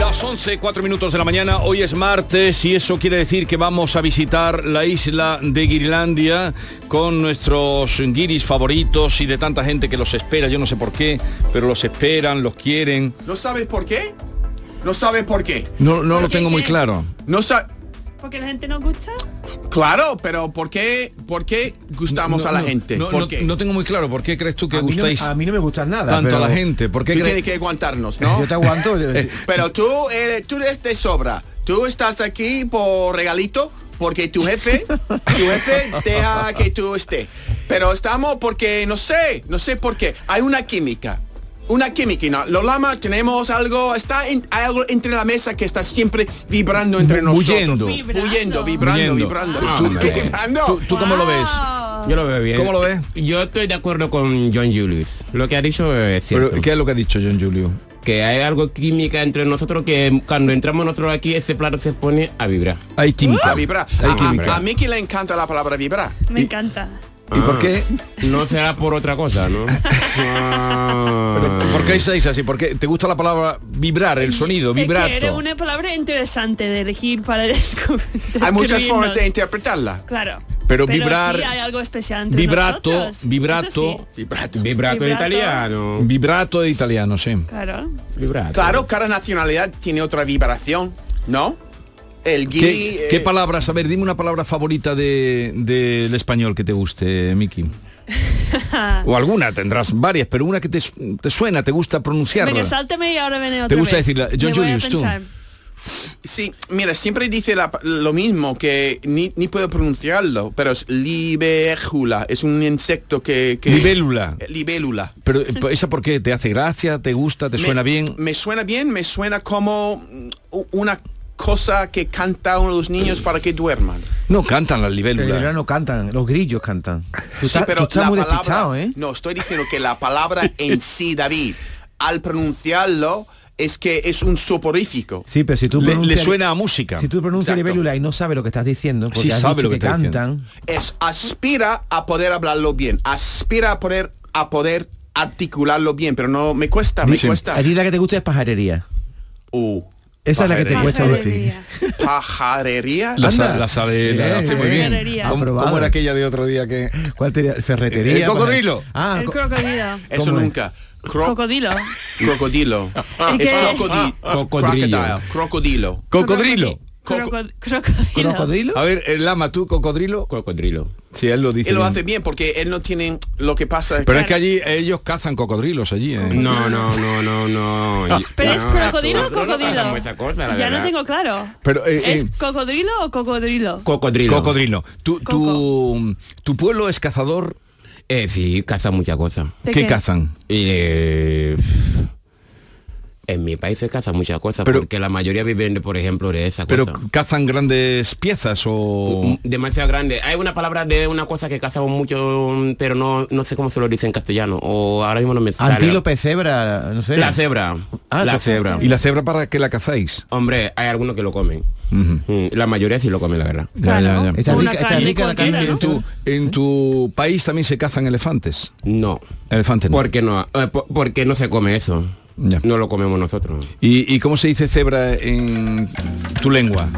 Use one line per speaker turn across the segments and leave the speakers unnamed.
Las 11, 4 minutos de la mañana, hoy es martes y eso quiere decir que vamos a visitar la isla de Guirlandia con nuestros guiris favoritos y de tanta gente que los espera, yo no sé por qué, pero los esperan, los quieren.
¿No sabes por qué? ¿No sabes por qué?
No, no lo tengo muy claro.
No sa-
Porque la gente nos gusta.
Claro, pero ¿por qué, por qué gustamos a la
No,
gente?
No,
¿Por
no-
qué?
no tengo muy claro por qué crees tú que
A mí no me-
gustáis
a
mí no me gustan nada,
tanto a la
pero-
gente. ¿Por qué
tú
crees
tienes que aguantarnos, ¿no?
Yo te aguanto.
Pero tú, eres, tú eres de sobra. Tú estás aquí por regalito porque tu jefe, tu jefe deja que tú estés. Pero estamos porque no sé, no sé por qué. Hay una química. Una química, ¿no? Los lamas tenemos algo, está en- hay algo entre la mesa que está siempre vibrando entre nosotros.
Huyendo.
Huyendo, vibrando,
Huyendo.
vibrando.
Ah, hombre.
vibrando.
¿Tú cómo lo ves?
Yo lo veo bien.
¿Cómo lo ves?
Yo estoy de acuerdo con John Julius. Lo que ha dicho eh, es cierto.
¿Qué es lo que ha dicho John Julio?
Que hay algo química entre nosotros que cuando entramos nosotros aquí ese plato se pone a vibrar.
Hay química.
A vibrar.
Hay
A, a,
química.
a Miki le encanta la palabra vibrar.
Me encanta.
¿Y por qué?
Ah. No será por otra cosa, ¿no?
¿Por qué seis así? Porque te gusta la palabra vibrar, el sonido,
Es que era
vibrato.
una palabra interesante de elegir para descubrir.
Hay muchas formas de interpretarla.
Claro.
Pero vibrar-
sí hay algo especial entre
Vibrato,
nosotros. Eso
vibrato,
sí,
Vibrato.
Vibrato en
Vibrato.
italiano.
vibrato de italiano, sí.
Claro.
Vibrato.
Claro, cada nacionalidad tiene otra vibración, ¿no? El gui...
¿Qué,
eh,
qué palabras? A ver, dime una palabra favorita de- del español que te guste, Miki. O alguna, tendrás varias, pero una que te, su- te suena, te gusta
Venga,
pronunciarla.
sáltame y ahora viene otra
gusta
vez.
decirla, John
Me voy a
Julius, tú.
pensar.
Sí, mira, siempre dice la- lo mismo, que ni, ni puedo pronunciarlo, pero es libérula, es un insecto que... que
Libélula.
Eh, Libélula.
Pero eh, esa porque te hace gracia, te gusta, te
Me-
suena bien.
Me suena bien, me suena como mm, u- una cosa que canta uno de los niños para que duerman.
No cantan las
Pero
libélulas.
ya no cantan, los grillos cantan. Tú,
Sí,
estás- tú estás
la
muy
palabra-
despistado, ¿eh?
No, estoy diciendo que la palabra en sí, David, al pronunciarlo, es que es un soporífico.
Sí, pero si tú
Le, le
pronuncias-
suena a música.
Si tú pronuncias
Exacto.
libélula y no sabes lo que estás diciendo, porque
Sí
has
sabe
dicho
lo que
que,
está diciendo.
cantan,
Es aspira a poder hablarlo bien, aspira a poder, a poder articularlo bien, pero no me cuesta, me
Sí.
cuesta.
a ti la que te gusta es pajarería.
Uh,
Esa es la que te
pajarería.
cuesta decir.
Pajarería.
Pajarería. Eh,
La, sa-
Anda.
la sabe, la
Bien,
hace muy
bien. Ah,
bien.
Ha
¿Cómo- ¿Cómo
probado.
era aquella de otro día que...? Eh,
¿Cuál te ferretería?
El cocodrilo.
pajarería. Ah,
El
co-
crocodilo.
Eso
¿Cómo es?
nunca. Cro-
Cocodilo.
crocodilo.
Es
es
que-
crocodi-
Cocodrillo.
crocodile, Crocodilo.
Cocodrilo.
Crocodi- crocodilo.
¿Crocodrilo?
A ver, el lama, tú, cocodrilo.
Cocodrilo.
Sí, él lo dice.
Él lo
bien.
hace bien porque él no tiene lo que pasa.
Pero es que allí ellos cazan cocodrilos allí. ¿eh?
No, no, no, no, no.
Pero es
No,
crocodilo o
nosotros no
cocodrilo.
cazamos esa cosa, la
ya no
verdad.
tengo claro.
Pero, eh,
¿Es
eh,
cocodrilo o cocodrilo?
Cocodrilo.
Cocodrilo. ¿Tu, tu, tu pueblo es cazador?
Eh, sí, caza muchas cosas.
¿De
¿Qué
qué?
cazan?
Eh, en mi país se caza muchas cosas,
Pero-
porque la mayoría viven, de, por ejemplo, de esa
¿Pero
cosa.
cazan grandes piezas o...?
Mm, demasiado grande. Hay una palabra de una cosa que cazamos mucho, mm, pero no, no sé cómo se lo dice en castellano. O ahora mismo no me sale.
Antílope, cebra, no sé.
La cebra.
Ah,
la
cazamos.
cebra.
¿Y la cebra para qué la cazáis?
Hombre, hay algunos que lo comen. Mm, La mayoría sí lo comen, la verdad.
Ya, ya, ya.
Está
Como una
rica, está
carne
rica la
cualquiera,
carne.
¿no?
de tu-
¿En tu país también se cazan elefantes?
No.
Elefantes no.
¿Por qué no? Eh, po- porque no se come eso.
Ya.
No lo comemos nosotros.
¿Y, y cómo se dice cebra en tu lengua?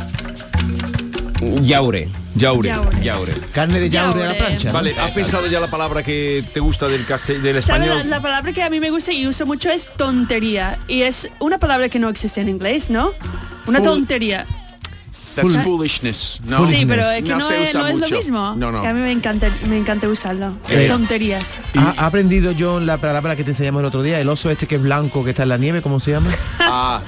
Yaure.
Yaure.
Yaure.
Yaure.
Carne de yaure a la
Yaure.
plancha.
Vale, ¿has pensado ya la palabra que te gusta del, castell- del
¿Sabe la,
español?
la palabra que a mí me gusta y uso mucho es tontería? Y es una palabra que no existe en inglés, ¿no? Una
Fool-
tontería.
That's foolishness. No.
Sí, pero es que no,
se
es,
usa
no es
mucho.
lo mismo.
No, no.
Que a mí me encanta, me encanta usarlo.
Eh.
Tonterías.
¿Ha, ha aprendido John la palabra que te enseñamos el otro día? El oso este que es blanco, que está en la nieve, ¿cómo se llama?
Ah,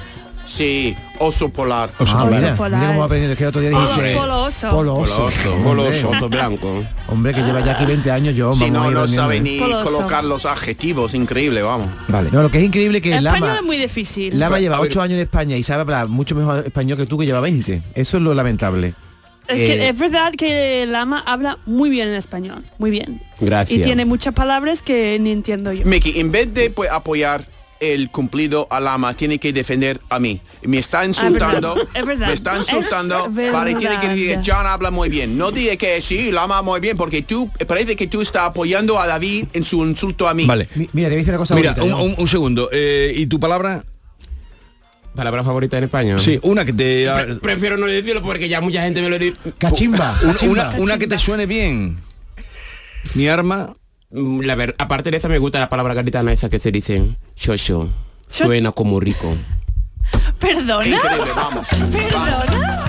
sí, oso polar.
ah,
polar. Ah,
mira,
Oso
mira cómo ha aprendido. Es que el otro día
Polo-
dijiste...
polo oso.
Polo oso.
Polo oso, polo
Hombre,
oso, oso blanco.
Hombre, que lleva ya aquí 20 años yo.
Si
vamos a
no,
ir
no
reuniendo,
sabe
¿eh?
ni
Todo eso.
colocar los adjetivos, increíble, vamos.
Vale. No, lo que es increíble es que
El español
eh, Lama...
es muy difícil.
Lama
A
lleva
ver.
8 años en España y sabe hablar mucho mejor español que tú que lleva 20. Eso es lo lamentable.
Es que es verdad que Lama habla muy bien en español, muy bien.
Gracias.
Y tiene muchas palabras que ni entiendo yo.
Mickey, en vez de pues, apoyar el cumplido a Lama, tiene que defender a mí. Me está insultando.
Ah, es verdad.
Me está
Es
insultando. vale, tiene que decir,
verdad.
John habla muy bien. No diga que sí, Lama muy bien, porque tú parece que tú estás apoyando a David en su insulto a mí.
Vale.
Mi- Mira, te voy a decir una cosa
Mira,
bonita,
un,
¿no?
un- un segundo. eh, ¿Y tu palabra?
¿Palabra favorita en español?
Sí, una que te... ah,
Pre- Prefiero no decirlo porque ya mucha gente me lo dice.
Cachimba,
una-
cachimba.
una, una que te suene bien. Mi arma...
Mm, La ver, aparte de esa me gusta la palabra gaditana esa que se dicen. Xoxo. Suena como rico.
¿Perdona?
Increíble, vamos.
¿Perdona?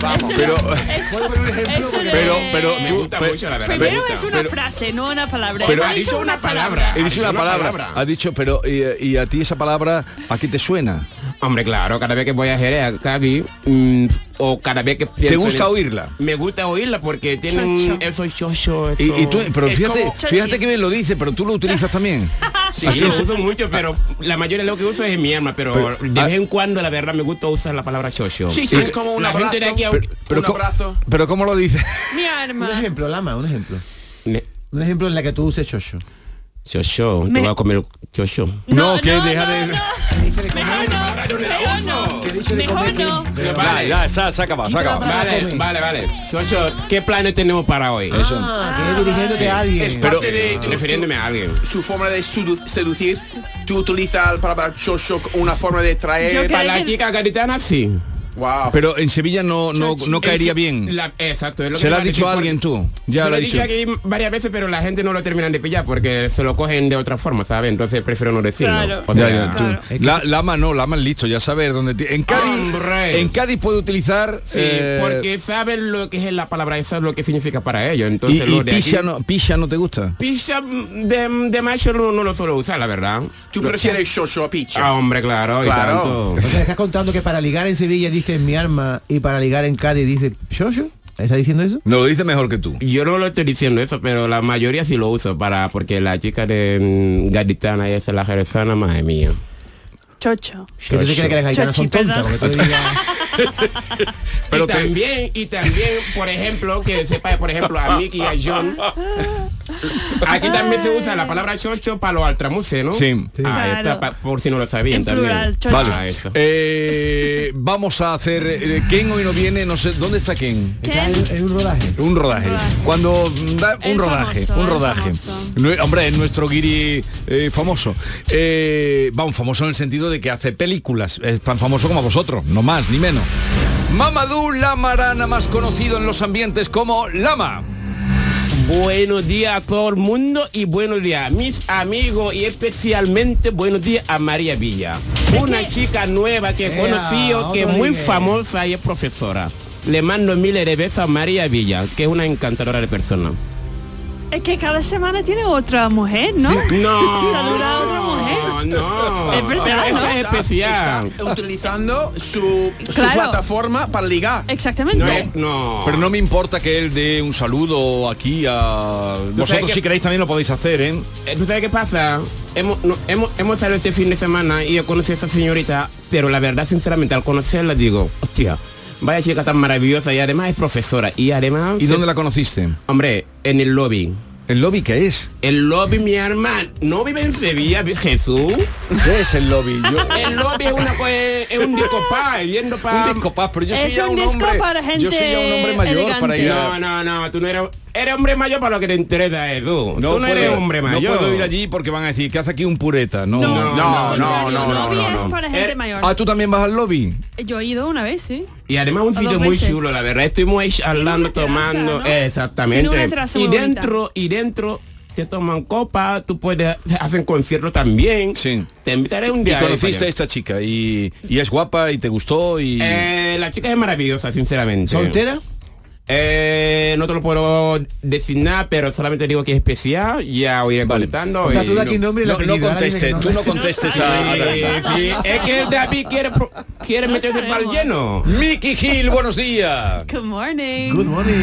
Vamos.
Eso
Pero-
no- eso-
¿Puedo poner un ejemplo?
eso
Porque-
no
Pero,
es-
pero
Me
tú-
gusta
pe-
mucho, la verdad. me
Primero
gusta.
es una frase, no una palabra.
Pero
Él
ha
ha dicho una palabra.
He dicho una palabra, ha dicho, pero y, y a ti esa palabra, ¿a qué te suena?
Hombre, claro, cada vez que voy a Jerez, a Cádiz, mm, o cada vez que pienso...
¿Te
en-
gusta oírla?
Me gusta oírla porque tiene
Chocho.
un... Eso es chocho,
Y,
eso-
y tú, pero
es
fíjate,
como-
fíjate que bien lo dice, pero tú lo utilizas también.
Sí,
Así
lo
es.
uso mucho, pero la mayoría de lo que uso es en mi arma, pero,
Pero-
de
ah.
vez en cuando, la verdad, me gusta usar la palabra chocho.
Sí, sí, es como un
La
abrazo.
gente de aquí,
Pero,
aunque-
pero
un
co-
abrazo.
pero ¿cómo lo dice?
Mi
Un
arma.
ejemplo, Lama, un ejemplo.
Me-
Un ejemplo en la que tú uses chocho.
Chocho,
Me-
te voy a comer chocho.
No, que deja de-
eh,
Mejor no, mejor no. Mejor no.
Vale.
Ya, ya, sa- saca más, saca más.
Vale, vale, vale. Chocho, ¿qué planes tenemos para hoy?
Ah,
Ah.
eh,
que es dirigiéndote a alguien.
Es parte de tu-
Refiriéndome a alguien.
tu- su forma de sedu- seducir. Tú utilizas la palabra chocho como una forma de
Yo
traer.
creo-
Para la chica gaditana, sí.
Wow.
Pero en Sevilla no, no, no caería
Ese-
bien.
la- exacto. es lo
Se
que
lo
iba
has dicho a
decir,
alguien
porque-
tú. Ya
se
lo
lo
has
dije
dicho.
aquí varias veces, pero la gente no lo terminan de pillar porque se lo cogen de otra forma, ¿sabes? Entonces prefiero no decirlo.
Claro.
O
Ya,
sea,
ya, tú.
Claro.
La, Lama no, Lama es listo, ya saber dónde ti- En Cádiz,
Hombre.
en Cádiz puede utilizar.
Sí,
eh,
porque saben lo que es la palabra esa, lo que significa para ellos.
y,
Entonces,
y
los de
pilla,
aquí-
no, pilla no te gusta.
Pilla de, de macho no, no lo suelo usar, la verdad.
Tú prefieres chocho a picha.
Ah, hombre, claro. y
Claro.
tanto.
O sea, estás contando que para ligar en Sevilla dices mi arma y para ligar en Cádiz dices chocho. ¿Estás diciendo eso?
No lo dice mejor que tú.
Yo no lo estoy diciendo eso, pero la mayoría sí lo uso para porque la chica de mm, gaditana y esa la jerezana, madre mía.
Chocho.
Que tú te crees que las gaitanas son
Chochi,
tontas,
perdón.
porque tú le digas,
Pero
y
te-
también, y también, por ejemplo, que sepa, por ejemplo, a Mickey y a John. Aquí también se usa la palabra chocho para los altramuses, ¿no?
Sí. Sí.
Ah,
Claro.
está, pa- por si no lo sabían
En
también.
plural, chocho.
Vale.
Ah, eso.
Eh, vamos a hacer. eh, Ken hoy no viene, no sé. ¿Dónde está Ken?
está en, en un rodaje.
Un rodaje.
Rodaje.
Cuando mm, da un
El
rodaje,
famoso,
un
el
rodaje.
famoso.
Nue- Hombre, es nuestro guiri eh, famoso. Eh, vamos, famoso en el sentido de que hace películas. Es tan famoso como vosotros, no más ni menos. Mamadou Lamarana, más conocido en los ambientes como Lama.
Buenos días a todo el mundo y buenos días a mis amigos y especialmente buenos días a María Villa, una chica nueva que he
Ea,
conocido, que es
otro
muy
nivel.
famosa y es profesora. Le mando miles de besos a María Villa, que es una encantadora de persona.
Es que cada semana tiene otra mujer, ¿no?
No,
Saluda a otra
Ah,
mujer.
No,
Es verdad,
Eso
¿no?
es especial.
Está utilizando su, su
Claro.
plataforma para ligar.
Exactamente.
No, es- no.
Pero no me importa que él dé un saludo aquí a... Vosotros
que-
si queréis también lo podéis hacer, ¿eh?
Eh, ¿Tú sabes qué pasa? Hemos, no, hemos, hemos salido este fin de semana y yo conocí a esa señorita, pero la verdad, sinceramente, al conocerla digo, hostia, vaya chica tan maravillosa y además es profesora y además...
¿Y dónde la conociste?
Hombre, en el lobby.
¿El lobby qué es?
El lobby, mi hermano, no vive en Sevilla, vi- Jesús.
¿Qué es el lobby?
El lobby es, una, co- es es un discopá, yendo para...
un disco paz, pero yo soy
Es
ya
un
un
disco
hombre...
para gente
yo soy ya un hombre mayor
elegante.
para ir
No,
a...
no, no, tú no eres... Eres hombre mayor para lo que te interesa, Edu. tú no
puedo-
eres hombre
no
mayor.
puedo ir allí porque van a decir, ¿qué hace aquí un pureta? No.
No.
No, no, no,
El
no,
lobby
no,
es
no.
para gente
Eh,
mayor.
Ah, ¿tú también vas al lobby?
Yo he ido una vez, sí.
Y además un
O
sitio
dos
muy
veces.
chulo, la verdad. Estuvimos ahí charlando,
Tiene una terraza,
tomando.
¿no? Tiene
Exactamente.
una terraza
Y
muy
dentro, y dentro te toman copa, tú puedes, hacen concierto también.
Sí.
Te invitaré un
Y
día.
conociste a
eh,
esta chica y, y es guapa y te gustó y...
para allá. Eh, la chica es maravillosa, sinceramente.
¿Soltera?
Eh, no te lo puedo decir nada, pero solamente digo que es especial. Ya os iré
Vale.
contando.
O sea,
y-
tú de aquí nombre y la
no, no contestes, tú no contestes a... a-
Sí, sí. Es que David quiere, pro- quiere
No
meterse para el
sabemos.
lleno.
Mickey Gil, buenos días.
Good morning.
Good morning.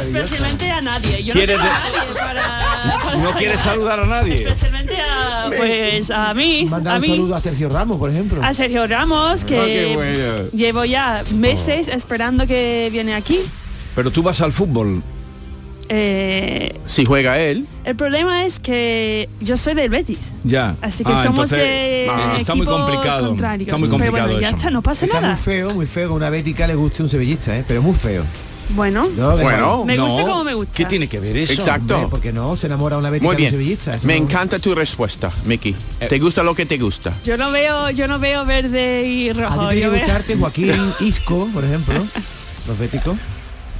Especialmente a nadie. Yo no
¿Quieres
quiero a
de-
nadie para, para
No quieres saludar a nadie.
Especialmente a, pues, a mí.
Mandar
a
un
mí.
saludo a Sergio Ramos, por ejemplo.
a Sergio Ramos, que
Ah, qué bueno.
Oh.
llevo ya meses esperando que viene aquí.
Pero tú vas al fútbol.
Eh,
Si juega él,
el problema es que yo soy del Betis.
Ya.
Así que
Ah,
somos
entonces,
de
ah, está muy
equipos
complicado.
contrarios.
Está muy complicado
Pero bueno, ya
eso.
está, no pasa
Está muy
nada.
feo, muy feo que una bética le guste un sevillista, ¿eh? pero muy feo.
Bueno,
No, de-
Bueno,
me gusta como me gusta.
¿Qué tiene que ver eso?
Exacto.
Hombre, porque no se enamora una bética
muy
de un
bien.
sevillista. eso
Me
no-
encanta tu respuesta, Mickey. Te gusta lo que te gusta.
Yo no veo, yo no veo verde y
A ti
rojo.
tiene que
yo veo-
gustarte Joaquín Isco, por ejemplo, los béticos.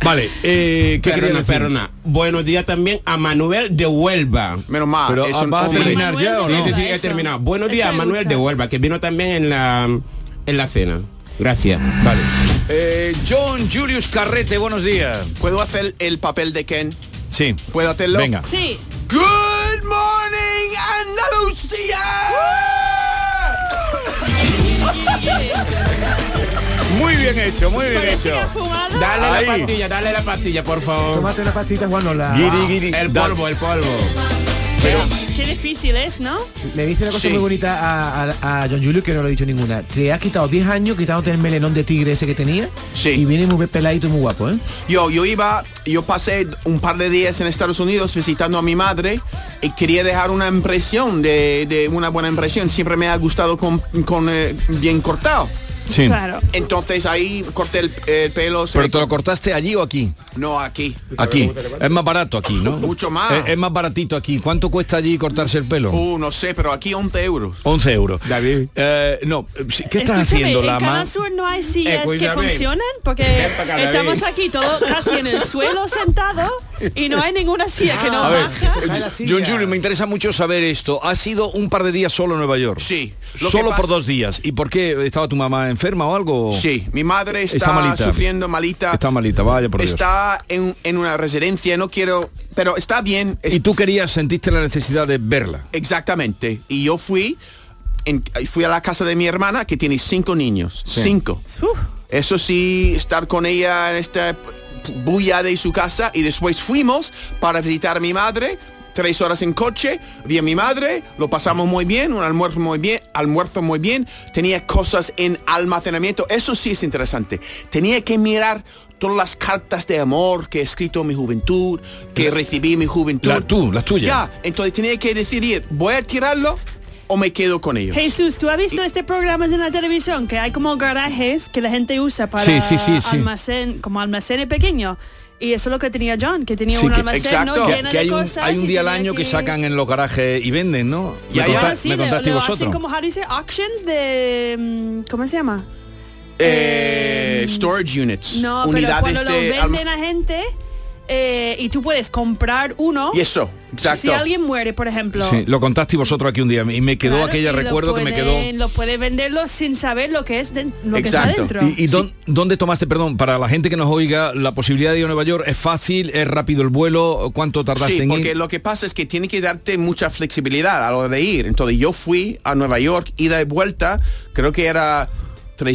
Vale, eh, ¿qué quería
Perrona,
decir?
perrona. Buenos días también a Manuel de Huelva.
Menos mal,
Pero,
es
ah,
un
vas a
hombre.
terminar
Manuel
ya
de
o
Sí,
no?
sí, sí, he
Eso.
terminado. Buenos
Eso
días a
me
Manuel
gusta.
de Huelva, que vino también en la, en la cena. Gracias.
Vale. Eh, John Julius Carrete, buenos días.
¿Puedo hacer el papel de Ken?
Sí.
¿Puedo hacerlo?
Venga.
Sí,
Good morning, Andalucía.
Muy bien hecho, muy bien hecho.
parecía fumada.
Dale
Ahí.
la pastilla, dale la pastilla, por
Oh.
favor. Ah,
Tómate una pastita, Juan, o la...
Guiri, guiri.
El
Da-
polvo, el polvo.
Qué difícil es, ¿no?
Le dice una cosa
Sí.
muy bonita a, a- a John Julius que no lo he dicho ninguna. Te has quitado 10 años quitándote el melenón de tigre ese que tenía.
Sí.
Y viene muy peladito y muy guapo, ¿eh?
Yo, yo iba, yo pasé un par de días en Estados Unidos visitando a mi madre y quería dejar una impresión de, de una buena impresión. Siempre me ha gustado con, con, eh, bien cortado.
Sí.
Claro.
Entonces ahí corté el, el pelo. se-
Pero te lo cortaste allí o aquí?
no, aquí.
Aquí. Es más barato aquí, ¿no? Eh,
Mucho más.
Es, es más baratito aquí. ¿Cuánto cuesta allí cortarse el pelo?
Uh, no sé, pero aquí 11 euros.
11 euros.
David.
Eh, no, sí, ¿qué estás
Escúchame,
haciendo,
en
Lama?
Canal Sur no hay
Eh,
sillas que
cuídame.
funcionan porque
Ven para acá, David.
estamos aquí todos casi en el suelo sentado y no hay ninguna silla que no
A
Ah, ver,
baja.
Se cae la silla.
John Julio, me interesa mucho saber esto. ¿Ha sido un par de días solo en Nueva York?
Sí. Lo que
Solo por
pasa-
dos días. ¿Y por qué? ¿Estaba tu mamá enferma o algo?
Sí, mi madre está,
Está malita.
sufriendo malita.
Está malita, vaya por Dios.
está en, en una residencia, no quiero, pero está bien. es-
Y tú querías, sentiste la necesidad de verla.
Exactamente. Y yo fui, en- fui a la casa de mi hermana que tiene cinco niños. Cinco.
Uf,
Eso sí, estar con ella en esta p- bulla de su casa y después fuimos para visitar a mi madre. Tres horas en coche, vi a mi madre, lo pasamos muy bien, un almuerzo muy bien, almuerzo muy bien, tenía cosas en almacenamiento, eso sí es interesante. Tenía que mirar todas las cartas de amor que he escrito en mi juventud, que recibí en mi juventud.
La- tú, las tuyas.
Ya, entonces tenía que decidir, ¿voy a tirarlo o me quedo con ellos?
Jesús, ¿tú has visto este programa en la televisión que hay como garajes que la gente usa para
Sí, sí, sí, sí.
almacén, como almacenes pequeños? Y eso es lo que tenía John, que tenía
Sí,
un
que-
almacén
exacto.
¿no?
Que-
lleno
que
de
hay un,
cosas
hay un
y
día al
tenía
año que...
que
saben sacan en los garajes y venden, ¿no?
Ya,
me,
ya.
conta-
Claro, sí,
me
le-
contasteis
lo
vosotros.
hacen como how do you say, auctions de mm, ¿cómo se llama?
Eh, storage units,
No, pero
unidades
cuando lo
de... alma-
venden a gente eh, y tú puedes comprar uno.
Y eso, exacto.
Si alguien muere, por ejemplo.
Sí, lo contasteis vosotros aquí un día y me quedó
claro,
aquella
y lo
recuerdo que me quedó.
pueden- Lo puedes venderlo sin saber lo que es de- lo que está
Exacto.
dentro.
¿Y, y dón- dónde tomaste, perdón, para la gente que nos oiga, la posibilidad de ir a Nueva York? ¿Es fácil? ¿Es rápido el vuelo? ¿Cuánto tardaste
Sí,
en
porque
ir?
lo que pasa es que tiene que darte mucha flexibilidad a lo de ir. Entonces yo fui a Nueva York, ida y vuelta, creo que era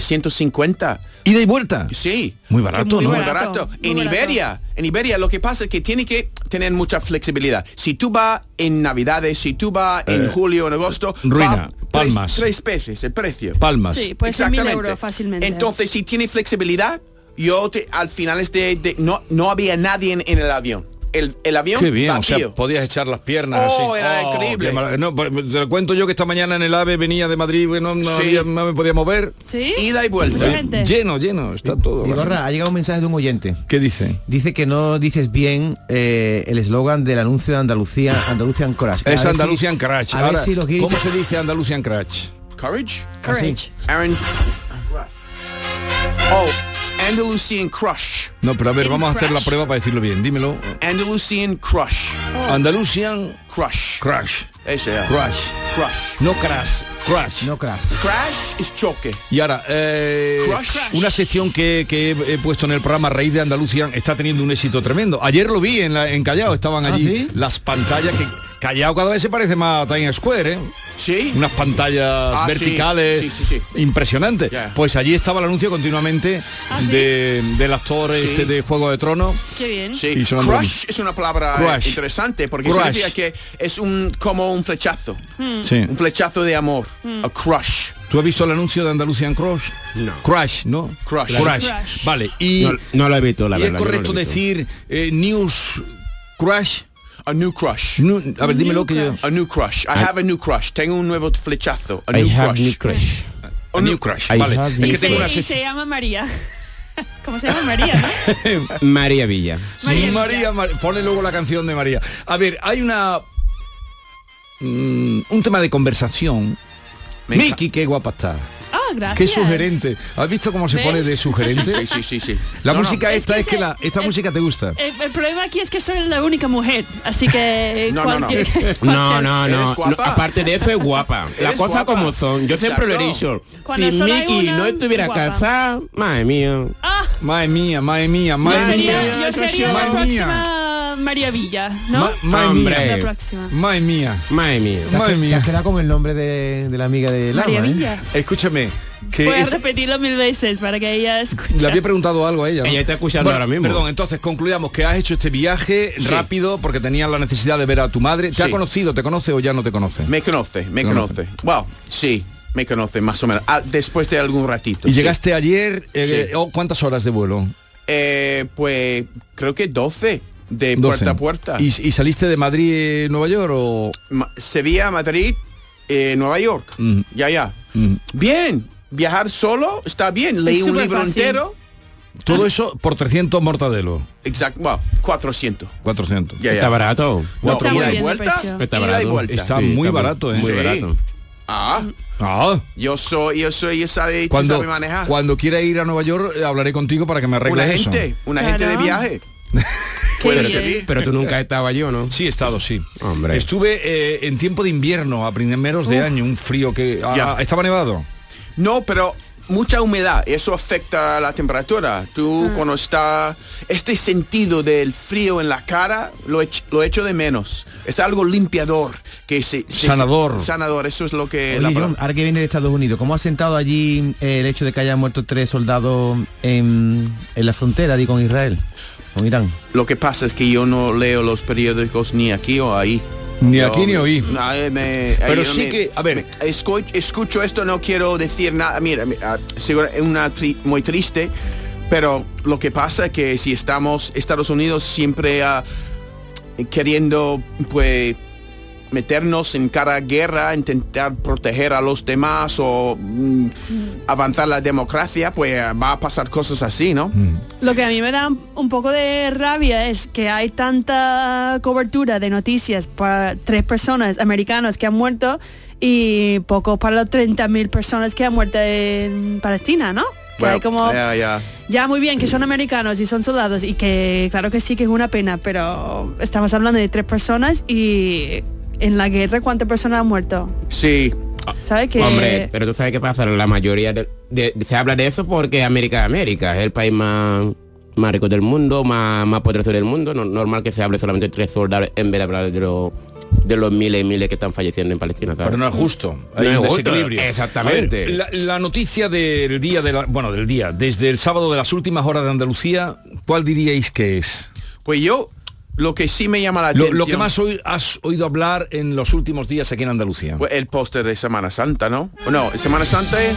350.
¿Ida y vuelta?
Sí.
Muy barato,
Muy
¿no?
Muy barato.
barato, muy
En
barato.
Iberia, en Iberia lo que pasa es que tiene que tener mucha flexibilidad. Si tú vas en Navidades, si tú vas en julio, en agosto,
Eh, ruina,
va tres-
palmas.
Tres, veces el precio.
Palmas.
Sí, puede ser mil euros fácilmente.
Entonces, si tiene flexibilidad, yo te- al final es de, de- no, no había nadie en, en el avión. El, el avión
Qué bien,
vacío.
o sea, podías echar las piernas
Oh,
así.
era
qué
increíble.
marav- No, pues, te lo cuento yo que esta mañana en el AVE venía de Madrid, pues, no, no,
Sí.
había- no me podía mover.
¿Sí?
Ida y
Mucha
vuelta.
gente.
Lleno, lleno, está todo.
Vigorra, ha llegado un mensaje de un oyente.
¿Qué dice?
Dice que no dices bien eh, el eslogan del anuncio de Andalucía, Andalucía Courage. A ver
Es
si-
Andalucian Crash.
A ver
Ahora,
si los guiris-
¿Cómo se dice Andalucian Crash?
Courage.
Courage.
Aaron. Oh, Andalusian Crush.
No, pero a ver,
In
vamos a hacer la
Crash.
prueba para decirlo bien. Dímelo.
Eh. Andalusian Crush.
Andalucian
Crush.
Crash.
Ese era.
Crash.
Crush.
No crash, crash.
No crash.
Crash es choque.
Y ahora, eh,
Crush.
una sección que, que he, he puesto en el programa Raíz de Andalucía está teniendo un éxito tremendo. Ayer lo vi en, la, en Callao, estaban
Ah,
allí
¿sí?
las pantallas que... Callao cada vez se parece más a Times Square, ¿eh?
Sí.
Unas pantallas
Ah, sí.
verticales
Sí, sí, sí.
impresionantes.
Ya.
Pues allí estaba el anuncio continuamente
Ah, sí.
de- del actor este de Juego de Tronos.
Qué bien.
Sí,
Y sonando
crush es una palabra eh,
Crush.
interesante porque
Crush.
significa que es un como un flechazo,
Sí.
un flechazo de amor,
Hmm.
a crush.
¿Tú has visto el anuncio de Andalusian Crush?
No.
Crush, ¿no?
Crush.
Crush.
Crush.
Vale. Y,
No, no lo he visto, la
y
verdad. yo no lo he
es correcto
visto.
decir eh, News Crush.
A new crush.
Nu- a ver, dímelo que yo... Ah.
A new crush. I have a new crush. Tengo un nuevo flechazo. A
I
new
have
crush.
new crush.
A new Crush.
I
vale.
have
Es
new
que
Se,
tengo una
y
sección...
se llama María. ¿Cómo se llama María? no?
María Villa.
María,
María,
Mar- ponle luego la canción de María. A ver, hay una mm, un tema de conversación. Miki, qué guapa está.
Ah, gracias.
Qué sugerente. ¿Has visto cómo se
¿Ves?
pone de sugerente?
Sí, sí, sí, sí.
La
No, no.
música esta
que
es que
ese-
la esta
eh,
música te gusta.
El, el problema aquí es que soy la única mujer, así que
No, no, no.
cualquier,
No, no,
¿Eres
no.
guapa?
No, Aparte de eso es guapa. Las
Eres
cosas
guapa.
como son. Yo siempre lo he
Exacto.
dicho.
Cuando
Si
solo hay
Mickey
una,
no estuviera
guapa.
casada, madre mía.
Ah,
Madre mía, madre mía,
yo
madre
sería,
mía.
yo sería la
Madre mía.
próxima María Villa, ¿no?
Ma- madre
Hombre.
mía.
la próxima.
Madre mía.
Madre mía.
Te has,
Madre
que- te
mía.
has quedado con el nombre de, de la amiga de Lama,
María
¿eh?
Villa.
Escúchame, que
Voy a
es-
repetirlo mil veces para que ella escuche.
le había preguntado algo a ella. ¿no?
Ella está escuchando
Bueno,
ahora mismo.
Perdón, entonces concluyamos que has hecho este viaje
Sí.
rápido porque tenías la necesidad de ver a tu madre. ¿Te ha
Sí.
conocido? ¿Te conoce o ya no te conoce?
Me conoce, me
Te conoce.
conoce. Wow, sí, me conoce más o menos. Ah, después de algún ratito.
Y
sí.
llegaste ayer, eh,
Sí.
oh, ¿cuántas horas de vuelo?
Eh, pues creo que 12 de
12.
Eh, puerta a puerta.
¿Y, y saliste de Madrid, eh, Nueva York o...?
Ma- Sevilla, Madrid, eh, Nueva York.
Mm.
Ya, ya.
Mm.
Bien, viajar solo está bien. Leí un Ah.
súper
libro
fácil.
entero.
Todo eso por 300 mortadelos.
Exacto, bueno, 400.
400.
Ya,
Está
ya.
barato.
No,
Está
ida
muy
y
bien de
vuelta,
precio.
Está
ida y
barato.
vuelta.
Está muy barato, ¿eh?
Muy
Sí.
barato.
Ah,
Ah,
yo soy, yo soy, yo sabe, tú
cuando,
sabes manejar.
cuando quiera ir a Nueva York eh, hablaré contigo para que
una
me arregles eso.
gente, una gente de
Claro.
viaje.
Ah, Qué
Puede
bien.
servir.
Pero tú nunca estabas yo, ¿no?
Sí, he estado, sí.
Hombre.
Estuve eh, en tiempo de invierno, a primeros de año, un frío que... ah,
Ya.
¿Estaba nevado?
No, pero mucha humedad, eso afecta la temperatura. Tú cuando está este sentido del frío en la cara, lo, ech- lo echo de menos. Es algo limpiador, que se, se-
Sanador.
sanador, eso es lo
eh,
que la
Oye, John,
palabra-
ahora que viene de Estados Unidos, ¿cómo ha sentado allí eh, el hecho de que hayan muerto tres soldados en, en la frontera, digo, con Israel, con Irán?
Lo que pasa es que yo no leo los periódicos ni aquí o ahí.
Ni
Yo
aquí ni
me-
oí.
Ay, eh, me-
Pero
yo
sí
me-
que- a ver.
me- escu- escucho esto, no quiero decir nada. Mira, mi- ah, seguro- es una tri- muy triste, pero lo que pasa es que si estamos, Estados Unidos siempre ah, queriendo, pues meternos en cada guerra, intentar proteger a los demás o mm, avanzar la democracia, pues ah, va a pasar cosas así, ¿no?
Mm.
Lo que a mí me da un poco de rabia es que hay tanta cobertura de noticias para tres personas americanas que han muerto y poco para las 30.000 personas que han muerto en Palestina, ¿no? Que
Bueno,
hay como,
eh,
ya, ya.
ya muy bien, que son americanos y son soldados y que claro que sí que es una pena, pero estamos hablando de tres personas y en la guerra cuántas personas han muerto.
Sí,
Ah.
¿Sabes que
Hombre, pero tú sabes qué pasa, la mayoría de, de- se habla de eso porque América es América, es el país más, más rico del mundo, más, más poderoso del mundo, no- normal que se hable solamente de tres soldados en vez de hablar de, los de los miles y miles que están falleciendo en Palestina. ¿sabes?
Pero no es justo.
No
un
es justo,
desequilibrio.
exactamente.
A ver, la, la noticia del día de la, bueno, del día, desde el sábado de las últimas horas de Andalucía, ¿cuál diríais que es?
pues yo lo que sí me llama la
Lo,
atención.
lo que más hoy has oído hablar en los últimos días aquí en Andalucía.
Pues el póster de Semana Santa, ¿no? No, Semana Santa es,